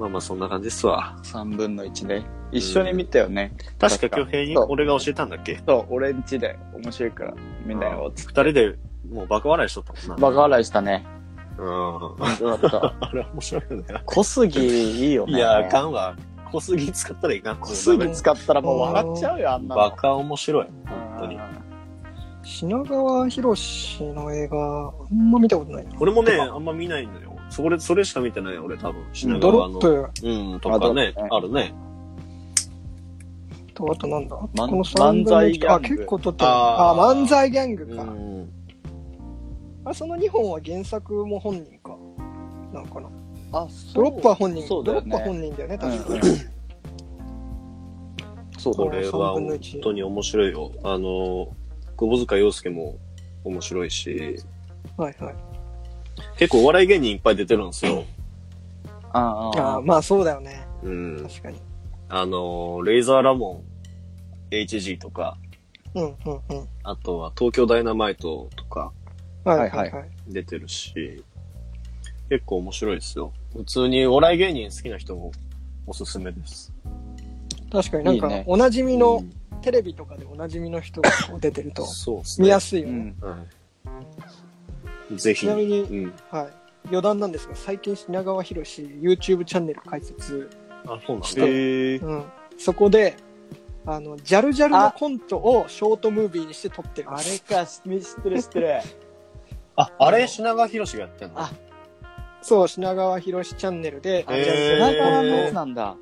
[SPEAKER 3] まあまあ、そんな感じですわ。
[SPEAKER 4] 3分の1で。一緒に見たよね。
[SPEAKER 3] 確か、巨平に俺が教えたんだっけ
[SPEAKER 4] そう、俺んちで面白いから見なよ、つって。
[SPEAKER 3] 二人で、もうバカ笑いしとったもんな。
[SPEAKER 4] バカ笑いしたね。
[SPEAKER 3] うん。
[SPEAKER 4] 面白かった。
[SPEAKER 3] あれ面白いよね。
[SPEAKER 4] 小杉いいよね。
[SPEAKER 3] いや、あかんわ。小杉使ったらいかん。
[SPEAKER 4] 小杉使ったらもう笑っちゃうよ、あんなの。
[SPEAKER 3] バカ面白い。本当に。
[SPEAKER 2] 品川博士の映画、あんま見たことないな。
[SPEAKER 3] 俺もね、あんま見ないのよ。それ、それしか見てない、俺多分。品
[SPEAKER 2] ドロ
[SPEAKER 3] 川の。
[SPEAKER 2] ップ
[SPEAKER 3] うん、とかね
[SPEAKER 4] あドロッ、プね
[SPEAKER 3] あるね。
[SPEAKER 2] と、あとなんだこ
[SPEAKER 4] まん
[SPEAKER 2] の3分
[SPEAKER 4] 漫
[SPEAKER 2] の
[SPEAKER 4] 才ギ
[SPEAKER 2] 1あ、
[SPEAKER 4] ャング
[SPEAKER 2] 結構撮ってる。
[SPEAKER 3] あ
[SPEAKER 2] あ、
[SPEAKER 3] ー
[SPEAKER 2] 漫才ギャング
[SPEAKER 3] う
[SPEAKER 2] か。
[SPEAKER 3] ん。
[SPEAKER 2] あその2本は原作も本人か。なんかな。
[SPEAKER 4] あ、
[SPEAKER 2] ドロップは本人、
[SPEAKER 4] そう
[SPEAKER 2] ド
[SPEAKER 4] だ
[SPEAKER 2] ロ
[SPEAKER 4] よ
[SPEAKER 2] ップは本
[SPEAKER 4] ね。
[SPEAKER 2] 人だよね、確か
[SPEAKER 4] うん
[SPEAKER 2] に。
[SPEAKER 4] そうだ
[SPEAKER 3] こ
[SPEAKER 4] よね。
[SPEAKER 3] れは本当に面白いよ。あの、久保塚洋介も面白いし、
[SPEAKER 2] はいはい。
[SPEAKER 3] 結構お笑い芸人いっぱい出てるんですよ。
[SPEAKER 4] あ
[SPEAKER 2] あ
[SPEAKER 4] あ
[SPEAKER 2] あ、まあそうだよね。
[SPEAKER 3] うん。
[SPEAKER 2] 確かに。
[SPEAKER 3] あの、レイザーラモン、HG とか、
[SPEAKER 2] うんうんうん。
[SPEAKER 3] あとは東京ダイナマイトとか、
[SPEAKER 2] はいはい
[SPEAKER 4] は
[SPEAKER 2] はい。
[SPEAKER 3] 出てるし、結構面白いですよ。普通にお笑い芸人好きな人もおすすめです。
[SPEAKER 2] 確かになん
[SPEAKER 4] いい
[SPEAKER 2] か
[SPEAKER 4] ね、
[SPEAKER 2] おなじみの
[SPEAKER 3] うん
[SPEAKER 2] テレビとかでおなじみの人がこう出てると
[SPEAKER 3] そうですね。
[SPEAKER 2] 見やすいうよね、
[SPEAKER 4] ん。
[SPEAKER 3] はい。ぜひ。
[SPEAKER 2] ちなみに
[SPEAKER 3] うん。
[SPEAKER 2] はい余談なんですが最近品川博 YouTube チャンネル開設、
[SPEAKER 3] あ、そうなんだ。
[SPEAKER 4] えー、
[SPEAKER 2] うん、そこであのジャルジャルのコントをショートムービーにして撮ってる
[SPEAKER 4] あれか、知ってる知ってる。
[SPEAKER 3] あ、あれ、品川博士がやってんの
[SPEAKER 4] あ
[SPEAKER 2] そう品川博チャンネルで
[SPEAKER 4] あ、
[SPEAKER 3] へ
[SPEAKER 4] じゃあ、
[SPEAKER 3] えー
[SPEAKER 4] 背中のやつなんだ。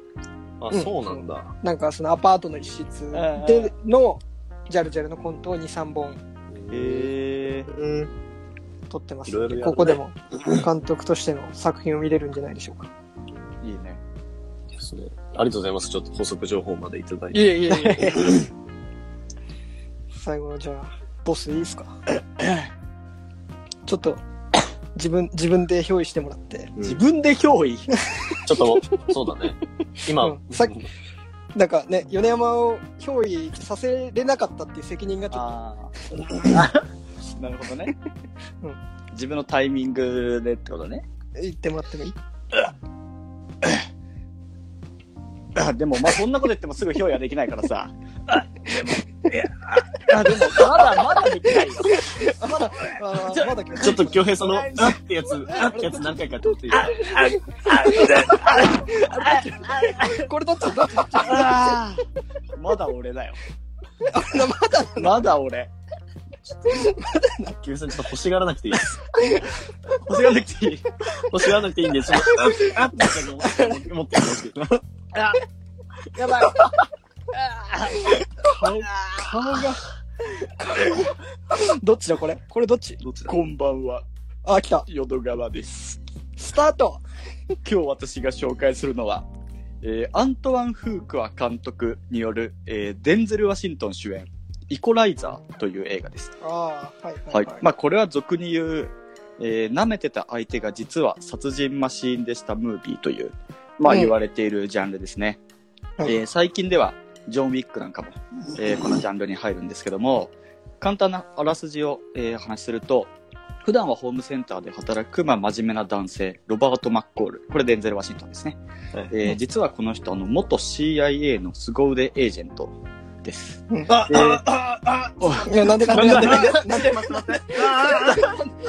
[SPEAKER 3] あ、
[SPEAKER 2] うん
[SPEAKER 3] そうなんだ。
[SPEAKER 2] なんかそのアパートの一室でのジャルジャルのコントを23本
[SPEAKER 4] えー、
[SPEAKER 3] うん。
[SPEAKER 2] 撮ってます
[SPEAKER 3] いろいろやるね
[SPEAKER 2] ここでも監督としての作品を見れるんじゃないでしょうか
[SPEAKER 4] いいね。
[SPEAKER 3] ですね。ありがとうございます。ちょっと補足情報までいただい
[SPEAKER 2] い
[SPEAKER 3] て。
[SPEAKER 2] えいえいえ最後のじゃあボスいいです かちょっと自分自分で憑依してもらって
[SPEAKER 3] うん
[SPEAKER 4] 自分で憑依。
[SPEAKER 3] ちょっと、そうだね。今、
[SPEAKER 2] うんさっきなんかね米山を憑依させれなかったっていう責任がちょっ
[SPEAKER 4] あ あ。なるほどね。
[SPEAKER 2] うん
[SPEAKER 4] 自分のタイミングでってことね。
[SPEAKER 2] と言ってもらってもいい
[SPEAKER 4] あでも、まあ、そんなこと言ってもすぐ憑依はできないからさ。あ、でも、いや、あ、でも、まだまだできないよ。
[SPEAKER 2] あまだあまだ
[SPEAKER 3] ちょっと京平さんの、あってやつ、あってやつ何回か撮っていいあ
[SPEAKER 2] これどっち どっちどっち
[SPEAKER 4] ああ。まだ俺だよ。
[SPEAKER 2] まだ
[SPEAKER 4] まだ俺。
[SPEAKER 3] 京平さんちょっと欲しがらなくていいです。
[SPEAKER 4] 欲しがなくていい。
[SPEAKER 3] 欲しがらなくていいんで、ちょっと、あってやつだけ持って持ってきますけど。
[SPEAKER 4] あ、やばい。
[SPEAKER 2] 顔顔が顔どっちだこれこれどっち
[SPEAKER 3] どっちだ
[SPEAKER 4] こんばんは、
[SPEAKER 2] あ来た
[SPEAKER 4] 淀川です。
[SPEAKER 2] スタート
[SPEAKER 4] 今日私が紹介するのは、えーアントワン・フークア監督による、えーデンゼル・ワシントン主演、イコライザーという映画です。
[SPEAKER 2] ああはい
[SPEAKER 4] はい。まあ、これは俗に言う、えー舐めてた相手が実は殺人マシーンでしたムービーという、まあ、
[SPEAKER 2] うん
[SPEAKER 4] 言われているジャンルですね。
[SPEAKER 2] はい
[SPEAKER 4] えー最近では、ジョン・ウィックなんかも、えーこのジャンルに入るんですけども、簡単なあらすじを、えー話すると、普段はホームセンターで働く、まあ、真面目な男性、ロバート・マッコール。これデンゼル・ワシントンですね。
[SPEAKER 3] はい
[SPEAKER 4] えー実はこの人、あの、元 CIA の凄腕エージェントです。
[SPEAKER 3] あ、
[SPEAKER 4] えー
[SPEAKER 3] あ、あ、あ、
[SPEAKER 4] お
[SPEAKER 2] いやなんでなんでなんでなんでなんで
[SPEAKER 3] 待って待って。あ、あ、あ、あ、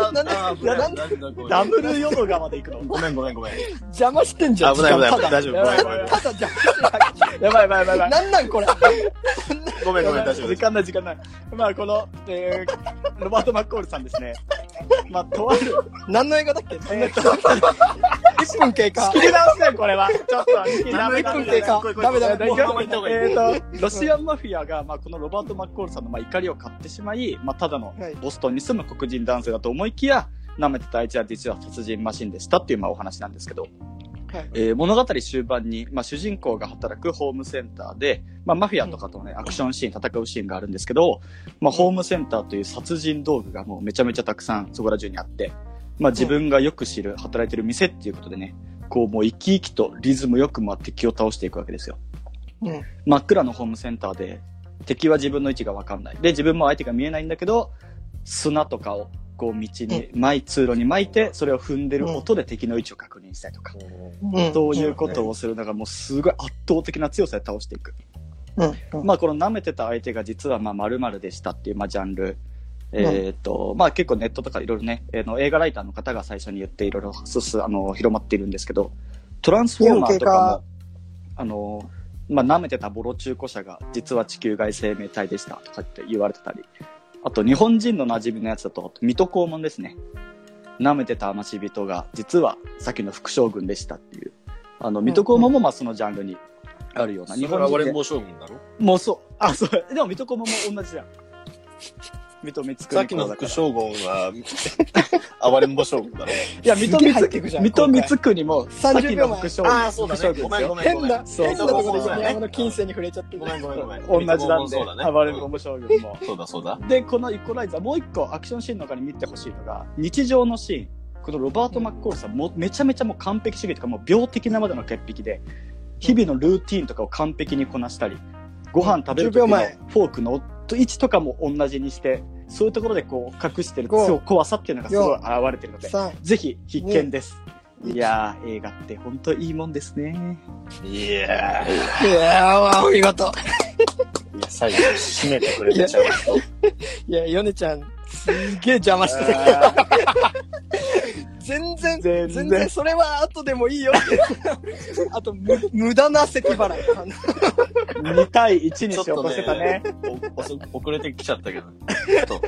[SPEAKER 2] いやなん
[SPEAKER 3] で、なんで、
[SPEAKER 4] ダブル淀川まで行くの
[SPEAKER 3] ごめんごめんごめん。
[SPEAKER 2] 邪魔してんじゃん
[SPEAKER 3] 危ない危ない
[SPEAKER 2] 時間ただ
[SPEAKER 3] 大丈夫
[SPEAKER 4] ごめんごめん
[SPEAKER 2] ただ邪魔してるだけ
[SPEAKER 4] やばいやばいやばいやばい。
[SPEAKER 2] なんなんこれ
[SPEAKER 3] ごめんごめん、大丈夫
[SPEAKER 4] 時間ない時間ない。まあこの、えー、ロバート・マッコールさんですね。まあとある、
[SPEAKER 2] 何の映画だっけ
[SPEAKER 4] えー、と
[SPEAKER 2] 1分経過
[SPEAKER 4] 仕切り直しだよこれは。ちょっと仕切り直し
[SPEAKER 2] 1分経過ダメダメ
[SPEAKER 4] 大丈夫
[SPEAKER 3] 行った方がいい
[SPEAKER 4] えー、とロシアンマフィアが、まあ、このロバート・マッコールさんの、まあ、怒りを買ってしまい、まあ、ただの
[SPEAKER 2] はい
[SPEAKER 4] ボストンに住む黒人男性だと思いきや舐めてた相手は実は殺人マシンでしたっていう、まあ、お話なんですけど、
[SPEAKER 2] はい
[SPEAKER 4] えー物語終盤に、まあ、主人公が働くホームセンターで、まあ、マフィアとかとね、アクションシーン戦うシーンがあるんですけど、まあ、ホームセンターという殺人道具がもうめちゃめちゃたくさんそこら中にあって、まあ、自分がよく知る働いてる店っていうことでねこうもう生き生きとリズムよくまあ敵を倒していくわけですよ
[SPEAKER 2] うん
[SPEAKER 4] 真っ暗のホームセンターで敵は自分の位置が分かんないで自分も相手が見えないんだけど砂とかをこう道に毎通路に巻いてそれを踏んでる音で敵の位置を確認したりとか、
[SPEAKER 2] うん
[SPEAKER 4] そういうことをするのがもうすごい圧倒的な強さで倒していく、
[SPEAKER 2] うんうん
[SPEAKER 4] まあこの舐めてた相手が実はまあ〇〇でしたっていうまあジャンルえっとまあ結構ネットとかいろいろね、えーの映画ライターの方が最初に言っていろいろすすあの広まっているんですけどトランスフォーマーとかもあのまあ舐めてたボロ中古車が実は地球外生命体でしたとかって言われてたりあと日本人の馴染みのやつだと水戸黄門ですね舐めてた甘し人が実はさっきの副将軍でしたっていうあの水戸黄門もまあそのジャンルにあるような、
[SPEAKER 3] 日
[SPEAKER 4] 日
[SPEAKER 3] 本
[SPEAKER 4] 本
[SPEAKER 3] は
[SPEAKER 4] 人
[SPEAKER 3] 俺
[SPEAKER 4] で
[SPEAKER 3] も将軍だろ
[SPEAKER 4] もうそう。あ、そう。でも、水戸黄門も同じじゃん。水戸光圀公
[SPEAKER 3] さっきの
[SPEAKER 4] だか
[SPEAKER 3] 副
[SPEAKER 4] ら
[SPEAKER 3] 将軍は、暴れん坊将軍だろ
[SPEAKER 4] いや、水戸
[SPEAKER 2] すげえ入って
[SPEAKER 4] 光
[SPEAKER 2] くじゃん
[SPEAKER 4] 水戸光圀も、さっき
[SPEAKER 2] 30秒
[SPEAKER 4] の
[SPEAKER 2] 前
[SPEAKER 4] 副将軍。副将軍ですよ
[SPEAKER 3] め
[SPEAKER 2] 変な
[SPEAKER 4] そう
[SPEAKER 2] 変なとこ
[SPEAKER 3] そう
[SPEAKER 2] ろ
[SPEAKER 3] そう
[SPEAKER 2] で米山の金銭に触れちゃってる
[SPEAKER 3] ごめんごめんごめん。
[SPEAKER 4] 同じなん
[SPEAKER 3] そうだ
[SPEAKER 4] で、
[SPEAKER 3] ね。
[SPEAKER 4] 暴れん坊将軍も。
[SPEAKER 3] そうだそうだ。
[SPEAKER 4] で、このイコライザー、もう一個アクションシーンの中に見てほしいのが、日常のシーン。このロバート・マッコールさん、もうめちゃめちゃもう完璧主義とか、もう病的なまでの潔癖で、日々のルーティーンとかを完璧にこなしたり、ご飯食べる時
[SPEAKER 2] 10秒
[SPEAKER 4] のフ
[SPEAKER 2] 前
[SPEAKER 4] ォークの位置とかも同じにして、そういうところでこう隠してる
[SPEAKER 2] 五
[SPEAKER 4] そう怖さっていうのがすごい現れてるので、
[SPEAKER 2] さ
[SPEAKER 4] ぜひ必見です。いやー、映画って本当いいもんですね。
[SPEAKER 3] いや
[SPEAKER 2] あいやーお見事
[SPEAKER 3] ー。いや、最後、締めてくれちゃう人。
[SPEAKER 2] いや、ヨネちゃん、すげえ邪魔してた。
[SPEAKER 3] あー
[SPEAKER 2] 全然、
[SPEAKER 4] 全然
[SPEAKER 2] 全然、それは後でもいいよって。 あと、む無駄な咳払い。あの
[SPEAKER 4] 2対1に
[SPEAKER 3] ちょ
[SPEAKER 4] し
[SPEAKER 3] っ
[SPEAKER 4] ようとしてた
[SPEAKER 3] と
[SPEAKER 4] ね
[SPEAKER 3] ね。、おお遅れてきちゃったけど、ちょっ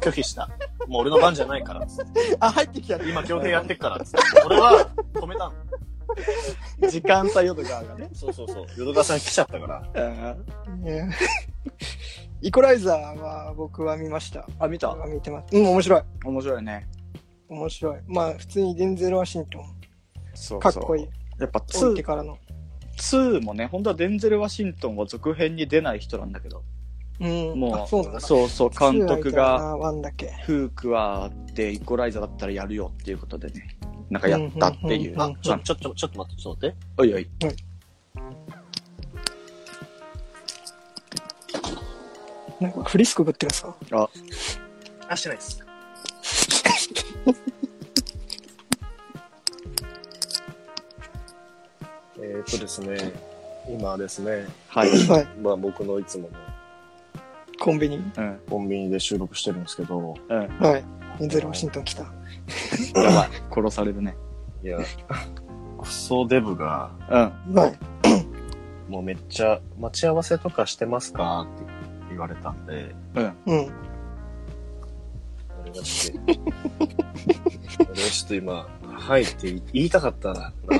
[SPEAKER 3] と拒否した。もう俺の番じゃないから、
[SPEAKER 2] あ、入ってきたね。
[SPEAKER 3] 今強兵やってっから、俺は止めたの。
[SPEAKER 4] 時間差淀川がね。
[SPEAKER 3] そうそうそう。淀川さん来ちゃったから。
[SPEAKER 2] ね イコライザーは僕は見ました。
[SPEAKER 4] あ、見た
[SPEAKER 2] 見てます。うん、面白い。
[SPEAKER 4] 面白いね。
[SPEAKER 2] 面白い。まあ、普通にデンゼル・ワシントン。
[SPEAKER 4] そうそう
[SPEAKER 2] かっこいい。
[SPEAKER 4] やっぱ
[SPEAKER 2] 降りて
[SPEAKER 4] 2、
[SPEAKER 2] からの。
[SPEAKER 4] 2もね、本当はデンゼル・ワシントンは続編に出ない人なんだけど、
[SPEAKER 2] うん。
[SPEAKER 4] も
[SPEAKER 2] あそうなん
[SPEAKER 4] う、
[SPEAKER 2] だ。
[SPEAKER 4] そうそう、監督が、
[SPEAKER 2] ワンだけ。
[SPEAKER 4] フークはでイコライザーだったらやるよっていうことでね、なんかやったっていう。
[SPEAKER 2] うんうんうん
[SPEAKER 4] あ
[SPEAKER 2] うん
[SPEAKER 3] ち
[SPEAKER 4] ち
[SPEAKER 3] ょ、
[SPEAKER 4] ょ
[SPEAKER 3] ちょ、ちょ、ちょっと待って、ちょっと待って。
[SPEAKER 4] おいおい。
[SPEAKER 2] なんかフリスク食ってるんですか
[SPEAKER 3] あ、してないです。 えーっとですね、今ですね、
[SPEAKER 4] はい。
[SPEAKER 2] はい。
[SPEAKER 3] まあ僕のいつもの
[SPEAKER 2] コンビニ。
[SPEAKER 4] うん。
[SPEAKER 3] コンビニで収録してるんですけ ど、
[SPEAKER 4] うん。
[SPEAKER 2] はい。デンゼル・ワシントン来た。
[SPEAKER 4] やばい。殺されるね。
[SPEAKER 3] いや、クソデブが、
[SPEAKER 4] うん。
[SPEAKER 2] はい。
[SPEAKER 3] もうめっちゃ、待ち合わせとかしてますかって言われたんで、
[SPEAKER 2] うん。
[SPEAKER 3] 俺がちょっと、俺がちょっと今、はいって言い言いたかったな。
[SPEAKER 4] うん。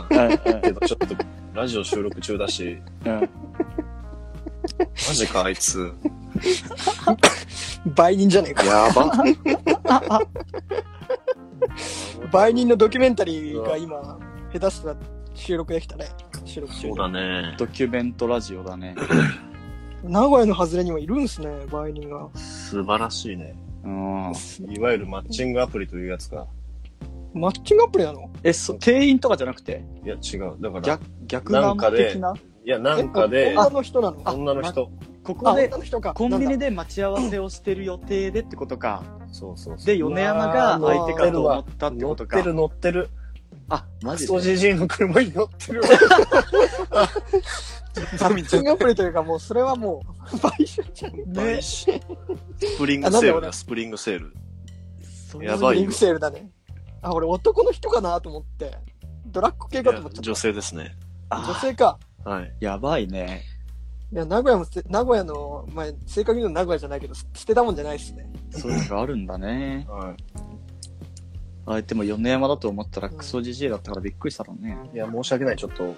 [SPEAKER 3] けどちょっと、ラジオ収録中だし、
[SPEAKER 4] うん。うん。
[SPEAKER 3] マジかあいつ。
[SPEAKER 2] 売人じゃねえか。
[SPEAKER 3] やば。
[SPEAKER 2] 売人のドキュメンタリーが今、下手したら収録できたね。収録中
[SPEAKER 3] そう
[SPEAKER 2] に。
[SPEAKER 3] だね。
[SPEAKER 4] ドキュメントラジオだね。
[SPEAKER 2] 名古屋の外れにもいるんすね、売人が。
[SPEAKER 3] 素晴らしいね。
[SPEAKER 4] うん。
[SPEAKER 3] いわゆるマッチングアプリというやつか。
[SPEAKER 2] マッチングアプリなの
[SPEAKER 4] え、そ、店員とかじゃなくて、
[SPEAKER 3] いや、違う。だから、
[SPEAKER 4] 逆、逆ナンパ的な
[SPEAKER 3] ないや、なんかで
[SPEAKER 2] え、女の人なの
[SPEAKER 4] あ
[SPEAKER 3] 女の人。
[SPEAKER 4] こ
[SPEAKER 2] あ、
[SPEAKER 4] こで
[SPEAKER 2] 女、の人か。
[SPEAKER 4] コンビ
[SPEAKER 2] なん
[SPEAKER 4] ニ
[SPEAKER 2] だ
[SPEAKER 4] で待ち合わせをしてる予定でってことか。
[SPEAKER 3] そうそうそう。
[SPEAKER 4] で、米山が相手かと思ったって
[SPEAKER 3] 乗
[SPEAKER 4] こ
[SPEAKER 3] っ
[SPEAKER 4] と
[SPEAKER 3] てる
[SPEAKER 4] か。
[SPEAKER 3] 乗ってる。
[SPEAKER 4] あ、マ
[SPEAKER 3] ク
[SPEAKER 4] ジ
[SPEAKER 3] ソ
[SPEAKER 4] で
[SPEAKER 3] ジジイの車に乗ってるわ。
[SPEAKER 2] マッチングアプリというか、もうそれはも う、買収じゃん。
[SPEAKER 4] ね。
[SPEAKER 3] スプリングセールだ、スプリングセール。
[SPEAKER 4] そう
[SPEAKER 3] やばいよ
[SPEAKER 2] リングセールだね。あ、俺男の人かなと思って。ドラッグ系
[SPEAKER 3] い
[SPEAKER 2] か
[SPEAKER 3] や
[SPEAKER 2] と思っちゃっ
[SPEAKER 3] 女性ですね。
[SPEAKER 2] た。女
[SPEAKER 4] あ
[SPEAKER 2] 性か。
[SPEAKER 3] はい。
[SPEAKER 4] やばいね。
[SPEAKER 2] いや、名古屋もせ、名古屋の、まあ、正確に言うの名古屋じゃないけど、す捨てたもんじゃないっすね。
[SPEAKER 4] そういうのがあるんだね。
[SPEAKER 3] は
[SPEAKER 4] 相手も米山だと思ったらクソジジイだったからびっくりしたろうね。
[SPEAKER 3] い。いや、申し訳ない。ちょっと、
[SPEAKER 4] うん。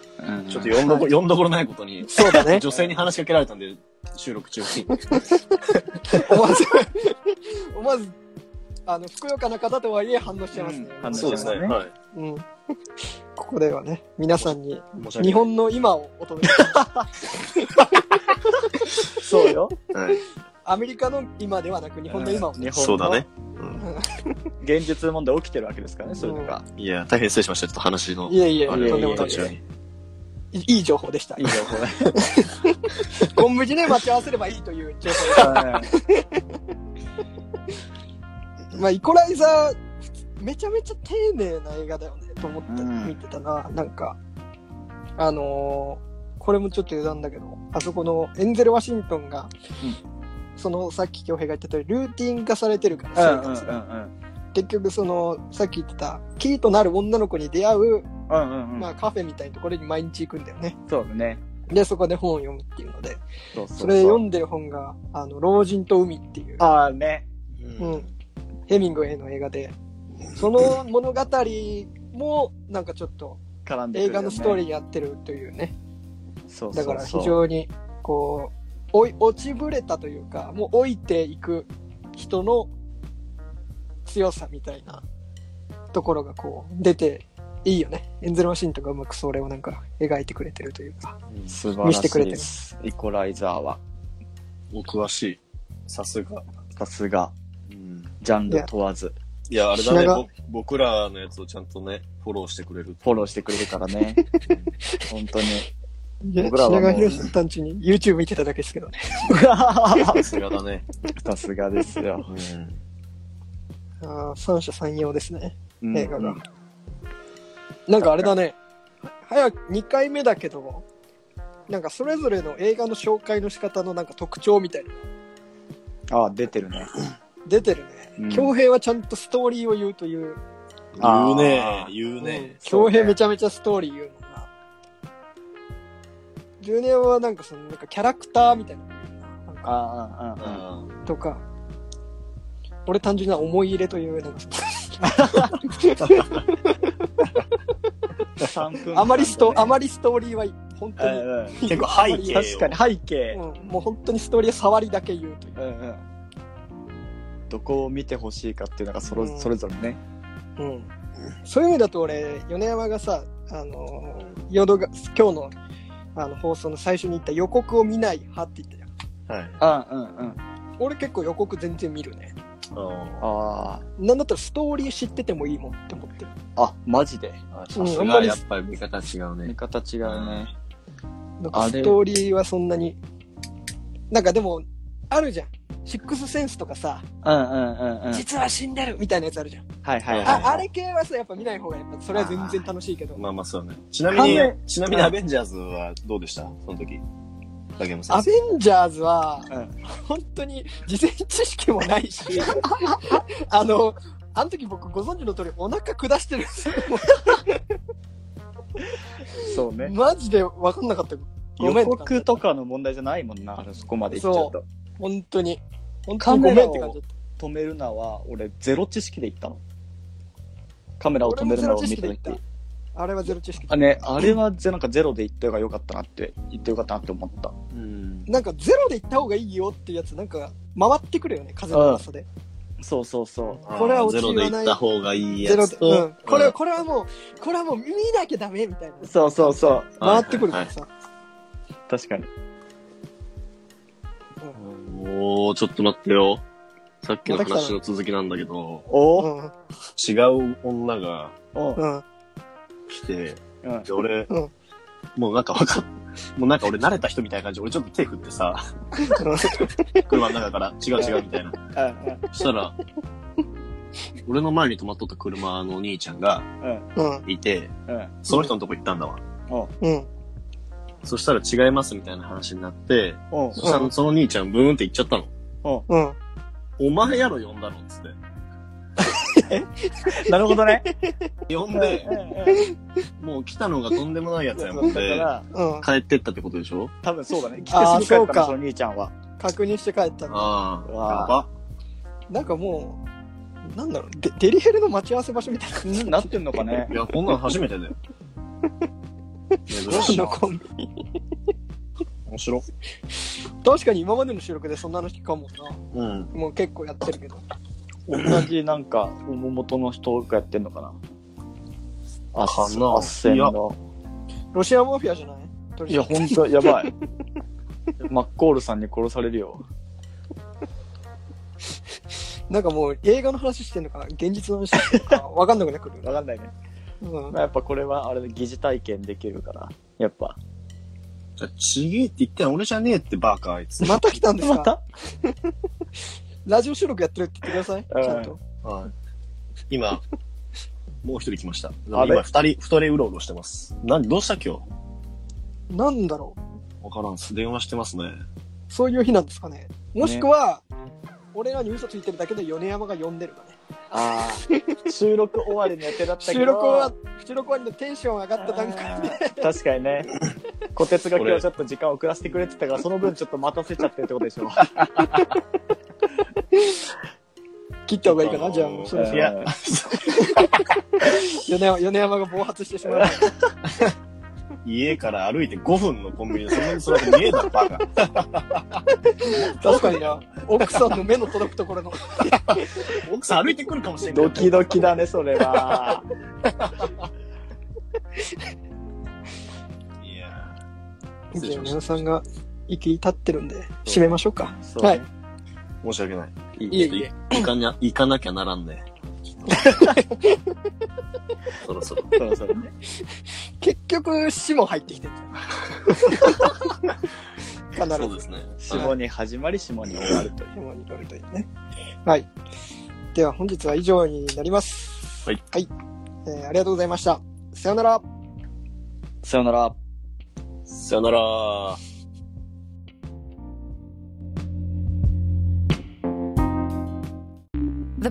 [SPEAKER 3] ちょっと呼んどこ、呼んどころないことに、
[SPEAKER 2] そうだね。
[SPEAKER 3] 女性に話しかけられたんで、収録中 に。
[SPEAKER 2] 思わず、 思わず、あの、ふくよかな方とはいえ反応しちゃいますね。
[SPEAKER 4] うん反応し
[SPEAKER 3] そう
[SPEAKER 4] ち
[SPEAKER 3] で
[SPEAKER 4] ゃ
[SPEAKER 3] すね。
[SPEAKER 4] ね
[SPEAKER 3] はい。
[SPEAKER 2] うん。ここではね、皆さんに、
[SPEAKER 3] 申し訳ない
[SPEAKER 2] 日本の今をお届け
[SPEAKER 4] そうよ。
[SPEAKER 3] はい。
[SPEAKER 2] アメリカの今ではなく日本の今を。
[SPEAKER 4] 日本の
[SPEAKER 3] そうだね。うん
[SPEAKER 4] 現実問題起きてるわけですからね、そういうのが。
[SPEAKER 3] いや、大変失礼しました。ちょっと話の
[SPEAKER 2] い。えいえ、
[SPEAKER 3] あ
[SPEAKER 2] と
[SPEAKER 4] い
[SPEAKER 2] ん
[SPEAKER 4] え
[SPEAKER 3] れ
[SPEAKER 2] で
[SPEAKER 3] を
[SPEAKER 2] も
[SPEAKER 4] いえ
[SPEAKER 2] な
[SPEAKER 3] 途
[SPEAKER 2] い
[SPEAKER 3] 中に。
[SPEAKER 2] いいい情報でした
[SPEAKER 4] いい。情報だ。
[SPEAKER 2] コンビニで待ち合わせればいいと いう情報でした。まあ、イコライザー、めちゃめちゃ丁寧な映画だよね、と思って
[SPEAKER 4] うん
[SPEAKER 2] 見てたな。なんか、あのーこれもちょっと余談だけど、あそこのエンゼル・ワシントンが、そのさっき京平が言った通り、ルーティン化されてるから、
[SPEAKER 4] うん
[SPEAKER 2] 生活が
[SPEAKER 4] うん
[SPEAKER 2] 結局その、さっき言ってた、キーとなる女の子に出会う、
[SPEAKER 4] うんうんう
[SPEAKER 2] ま
[SPEAKER 4] ん。
[SPEAKER 2] あカフェみたいなところに毎日行くんだよね。
[SPEAKER 4] そうだね。
[SPEAKER 2] で、そこで本を読むっていうので、
[SPEAKER 4] そうそうう
[SPEAKER 2] それ読んでる本が、あの、老人と海っていう、
[SPEAKER 4] ああね。
[SPEAKER 2] う
[SPEAKER 3] うん
[SPEAKER 2] ん。ヘミングウェイの映画で、その物語も、なんかちょっと
[SPEAKER 4] 絡んでく
[SPEAKER 2] 映
[SPEAKER 4] るよね
[SPEAKER 2] 画のストーリーに合ってるというね。
[SPEAKER 4] そうそ
[SPEAKER 2] だ
[SPEAKER 4] うそう
[SPEAKER 2] から非常に、こう、おい落ちぶれたというか、もう老いていく人の強さみたいなところがこう出て、いいよね。エンゼル・マシンとかうまくそれをなんか描いてくれてるというか。
[SPEAKER 4] 素晴ら
[SPEAKER 2] 見せて
[SPEAKER 4] し
[SPEAKER 2] くれ
[SPEAKER 4] い
[SPEAKER 2] てる
[SPEAKER 4] です。イコライザーは。
[SPEAKER 3] お詳しい。さすが。
[SPEAKER 4] さすが、
[SPEAKER 3] うん
[SPEAKER 4] ジャンル問わず、
[SPEAKER 3] いや、あれだね
[SPEAKER 2] 品が
[SPEAKER 3] ぼ。僕らのやつをちゃんとね、フォローしてくれる。
[SPEAKER 4] フォローしてくれるからね。本当に。僕
[SPEAKER 2] 僕
[SPEAKER 4] ら
[SPEAKER 2] ら
[SPEAKER 4] はも
[SPEAKER 2] 品川
[SPEAKER 4] う
[SPEAKER 2] 博士団地に YouTube 見てただけですけどね。
[SPEAKER 3] さすがだね。
[SPEAKER 4] さすがですよ。
[SPEAKER 3] うん
[SPEAKER 2] ああ、三者三様ですね。
[SPEAKER 4] うん
[SPEAKER 2] 映画が。なんかあれだね。早く2回目だけど、なんかそれぞれの映画の紹介の仕方のなんか特徴みたいなの
[SPEAKER 4] ああ、出てるね。
[SPEAKER 2] 出てる
[SPEAKER 4] うん
[SPEAKER 2] ね。恭、平はちゃんとストーリーを言うという。
[SPEAKER 3] 言う
[SPEAKER 4] あ
[SPEAKER 3] ね
[SPEAKER 4] ー
[SPEAKER 3] 言うね。
[SPEAKER 2] 恭、平めちゃめちゃストーリー言うもんな。10年はなんかそのなんかキャラクターみたいな。なんか
[SPEAKER 4] ああ、ああ、
[SPEAKER 3] うん
[SPEAKER 2] とか。俺単純な思い入れというなんか
[SPEAKER 4] 3分
[SPEAKER 2] あまり スト、あ
[SPEAKER 4] り、
[SPEAKER 2] まりストーリーは本当に、
[SPEAKER 4] うんうん
[SPEAKER 3] 結構背景を
[SPEAKER 4] 確かに背景。
[SPEAKER 2] うん、もう本当にストーリーは触りだけ言うという。
[SPEAKER 4] うんうんどこを見てほしいかっていうのがそれ,、
[SPEAKER 2] うん
[SPEAKER 4] それぞれね。
[SPEAKER 2] うん、そういう意味だと俺米山がさあの淀が今日のあの放送の最初に言った予告を見ない派って言ったじゃん
[SPEAKER 3] はい。
[SPEAKER 4] あうんうん。
[SPEAKER 2] 俺結構予告全然見るね
[SPEAKER 3] あ
[SPEAKER 4] あ
[SPEAKER 2] なんだったらストーリー知っててもいいもんって思ってる
[SPEAKER 4] あ、あ、マジで。
[SPEAKER 5] あさす
[SPEAKER 2] うんあんま
[SPEAKER 5] が
[SPEAKER 2] り
[SPEAKER 5] やっぱり見方違う
[SPEAKER 4] 見
[SPEAKER 5] ね。
[SPEAKER 4] 方違うね。
[SPEAKER 2] なんか
[SPEAKER 4] あ
[SPEAKER 2] ス
[SPEAKER 4] れ
[SPEAKER 2] トーリーはそんなになんかでもあるじゃんシックスセンスとかさ、
[SPEAKER 4] うんうんうんうん。はい
[SPEAKER 2] 実は死んでるみたいなやつあるじゃん。
[SPEAKER 4] はいはい。
[SPEAKER 2] あ、あれ系はさ、やっぱ見ない方が、やっぱそれは全然楽しいけど。
[SPEAKER 3] まあまあそうね。ちなみに
[SPEAKER 2] 完、
[SPEAKER 3] ちなみにアベンジャーズはどうでしたその時。竹山
[SPEAKER 2] ア
[SPEAKER 3] 先
[SPEAKER 2] ベンジャーズは、
[SPEAKER 4] うん
[SPEAKER 2] 本当に事前知識もないし、あの、あの時僕ご存知の通りお腹下してるんですよ。も
[SPEAKER 4] そう
[SPEAKER 2] う
[SPEAKER 4] ね。
[SPEAKER 2] マジで分かんなかった。ごめん
[SPEAKER 4] 予
[SPEAKER 2] って感じ
[SPEAKER 4] 告とかの問題じゃないもんな、そこまでいっちゃうと。
[SPEAKER 2] 本当に。本当
[SPEAKER 4] カ
[SPEAKER 2] にご
[SPEAKER 4] メ
[SPEAKER 2] め
[SPEAKER 4] ラ
[SPEAKER 2] んって感
[SPEAKER 4] を
[SPEAKER 2] じだっ
[SPEAKER 4] 止めるなは、俺、ゼロ知識で行ったの。カメラを
[SPEAKER 2] た。
[SPEAKER 4] 止めるなを
[SPEAKER 2] 俺もゼロ知識
[SPEAKER 4] 見て
[SPEAKER 2] で言
[SPEAKER 4] おいて
[SPEAKER 2] っ。た。あれはゼロ知識
[SPEAKER 4] あ、。ね、あれはぜ、なんかゼロで行った方が良かったなって、行ってよかったなって思った。
[SPEAKER 3] 生。うん。
[SPEAKER 2] なんかゼロで行った方がいいよっていうやつ、なんか回ってくるよね、風の噂で。
[SPEAKER 4] そうそうそう。
[SPEAKER 2] これは
[SPEAKER 3] あー
[SPEAKER 2] 落
[SPEAKER 3] ゼ
[SPEAKER 2] ち
[SPEAKER 3] ロ
[SPEAKER 2] はな
[SPEAKER 3] で
[SPEAKER 2] い
[SPEAKER 3] 行った方がいい
[SPEAKER 2] ゼ
[SPEAKER 3] や
[SPEAKER 2] ロ
[SPEAKER 3] つ
[SPEAKER 2] で。う
[SPEAKER 3] と
[SPEAKER 2] ん。。これ、
[SPEAKER 3] うん
[SPEAKER 2] これはもう、これはもう見なきゃダメみたいな。
[SPEAKER 4] そうそうそう。
[SPEAKER 2] 回ってくるからさ。
[SPEAKER 4] 確かに。
[SPEAKER 3] おー、ちょっと待ってよ。さっきの話の続きなんだけど、
[SPEAKER 4] おー
[SPEAKER 3] 違う女が
[SPEAKER 4] おう
[SPEAKER 2] うん。うん。
[SPEAKER 3] 来て、
[SPEAKER 4] うん
[SPEAKER 3] で俺、
[SPEAKER 2] うん
[SPEAKER 3] もうなんかわかん、もうなんか俺慣れた人みたいな感じで、俺ちょっと手振ってさ、車の中から、違う違うみたいな。
[SPEAKER 4] うん
[SPEAKER 3] そしたら、俺の前に止まっとった車のお兄ちゃんが
[SPEAKER 2] うん。
[SPEAKER 3] いて、
[SPEAKER 4] うん
[SPEAKER 3] その人のとこ行ったんだわ。
[SPEAKER 2] うん。
[SPEAKER 3] そしたら違いますみたいな話になって、
[SPEAKER 4] おう
[SPEAKER 3] そしたらその兄ちゃんブーンって行っちゃったの。
[SPEAKER 4] おう
[SPEAKER 2] うん。
[SPEAKER 3] お前やろ呼んだのっつって。
[SPEAKER 4] なるほ どね。
[SPEAKER 3] 呼ん
[SPEAKER 4] うん
[SPEAKER 3] で、
[SPEAKER 4] うん
[SPEAKER 3] もう来たのがとんでもないやつやも
[SPEAKER 4] うん んだか
[SPEAKER 3] で、
[SPEAKER 4] ら、
[SPEAKER 2] うん。
[SPEAKER 3] 帰ってったってことでしょ
[SPEAKER 4] 多分そうだね。来て
[SPEAKER 2] あー
[SPEAKER 4] すぐ帰
[SPEAKER 2] そ
[SPEAKER 4] っ
[SPEAKER 2] う
[SPEAKER 4] た
[SPEAKER 2] か
[SPEAKER 4] の、その兄ちゃんは。
[SPEAKER 2] 確認して帰ったの。
[SPEAKER 3] ああ、
[SPEAKER 4] う
[SPEAKER 3] や
[SPEAKER 4] わー
[SPEAKER 3] ば。
[SPEAKER 2] なんかもう、なんだろう、デデリヘルの待ち合わせ場所みたい
[SPEAKER 4] んなってんのかね
[SPEAKER 3] い。や、こんなの初め てだよ。珍 しい
[SPEAKER 2] な
[SPEAKER 3] な。
[SPEAKER 2] コンビ。
[SPEAKER 3] 面白。
[SPEAKER 2] 確かに今までの収録でそんな話かもな。
[SPEAKER 3] うん。
[SPEAKER 2] もう結構やってるけど。
[SPEAKER 4] 同じなん か、大元の人がやってんのかな。あ
[SPEAKER 3] かな
[SPEAKER 4] あっせんの。
[SPEAKER 2] ロシアマフィアじゃないと
[SPEAKER 4] い
[SPEAKER 2] りあ
[SPEAKER 4] や、
[SPEAKER 2] えず
[SPEAKER 4] ほんと、やばい。 マッコールさんに殺されるよ。
[SPEAKER 2] なんかもう映画の話してんのか、現実の話してん のか、わかんなくなってくる
[SPEAKER 4] わかんないね。
[SPEAKER 2] うん
[SPEAKER 4] まあ、やっぱこれは、あれで疑似体験できるから。やっぱ。
[SPEAKER 3] ちげえって言ったら俺じゃねえってバカあいつ。
[SPEAKER 2] また来たんです
[SPEAKER 4] ま
[SPEAKER 2] か
[SPEAKER 4] た
[SPEAKER 2] ラジオ収録やってるって言ってください。ちゃんと。
[SPEAKER 3] はい。今、もう一人来ました。
[SPEAKER 4] あ
[SPEAKER 3] 今
[SPEAKER 4] れ
[SPEAKER 3] 二人、二人うろうろしてます。何、どうした今日
[SPEAKER 2] なんだろう。
[SPEAKER 3] わからんっす。電話してますね。
[SPEAKER 2] そういう日なんですかね。もしくは、俺らに嘘ついてるだけで米山が呼んでるかね。
[SPEAKER 4] ああ。収録終わりの予定だったけど。
[SPEAKER 2] 収録は、収録終わりのテンション上がった段階で。
[SPEAKER 4] あー確かにね虎鉄が今日ちょっと時間遅らせてくれてた からその分ちょっと待たせちゃってるってことでしょ
[SPEAKER 2] 切った方がいいかな、
[SPEAKER 3] のー
[SPEAKER 2] じゃあもう。そろそ
[SPEAKER 3] い
[SPEAKER 2] ろ
[SPEAKER 3] や、
[SPEAKER 2] 米山米山が暴発してしまう。
[SPEAKER 3] 家から歩いて5分のコンビニでそんなにそれてねえだろ、バカ。
[SPEAKER 2] 確かにな。奥さんの目の届くところの。
[SPEAKER 3] 奥さん歩いてくるかもしれない。
[SPEAKER 4] ドキドキだねそれは
[SPEAKER 3] いやー失礼
[SPEAKER 2] じゃあ米
[SPEAKER 3] しまし
[SPEAKER 2] 山
[SPEAKER 3] た。
[SPEAKER 2] さんが息立ってるんで、締めましょうか。
[SPEAKER 4] そう
[SPEAKER 2] はい。
[SPEAKER 3] 申し訳な
[SPEAKER 2] い
[SPEAKER 3] い。
[SPEAKER 2] えいえ。
[SPEAKER 3] 行かにゃ、行かなきゃな らんね。そろそろ。
[SPEAKER 4] そうそう
[SPEAKER 2] 結局、死も入ってき てる。必ず。
[SPEAKER 3] そうですね。
[SPEAKER 4] 下に始まり下に終わるという
[SPEAKER 2] 山に乗るというね。はい。では本日は以上になります。
[SPEAKER 3] はい。
[SPEAKER 2] えーありがとうございました。さようなら。
[SPEAKER 4] さよなら
[SPEAKER 3] さよなら。
[SPEAKER 5] The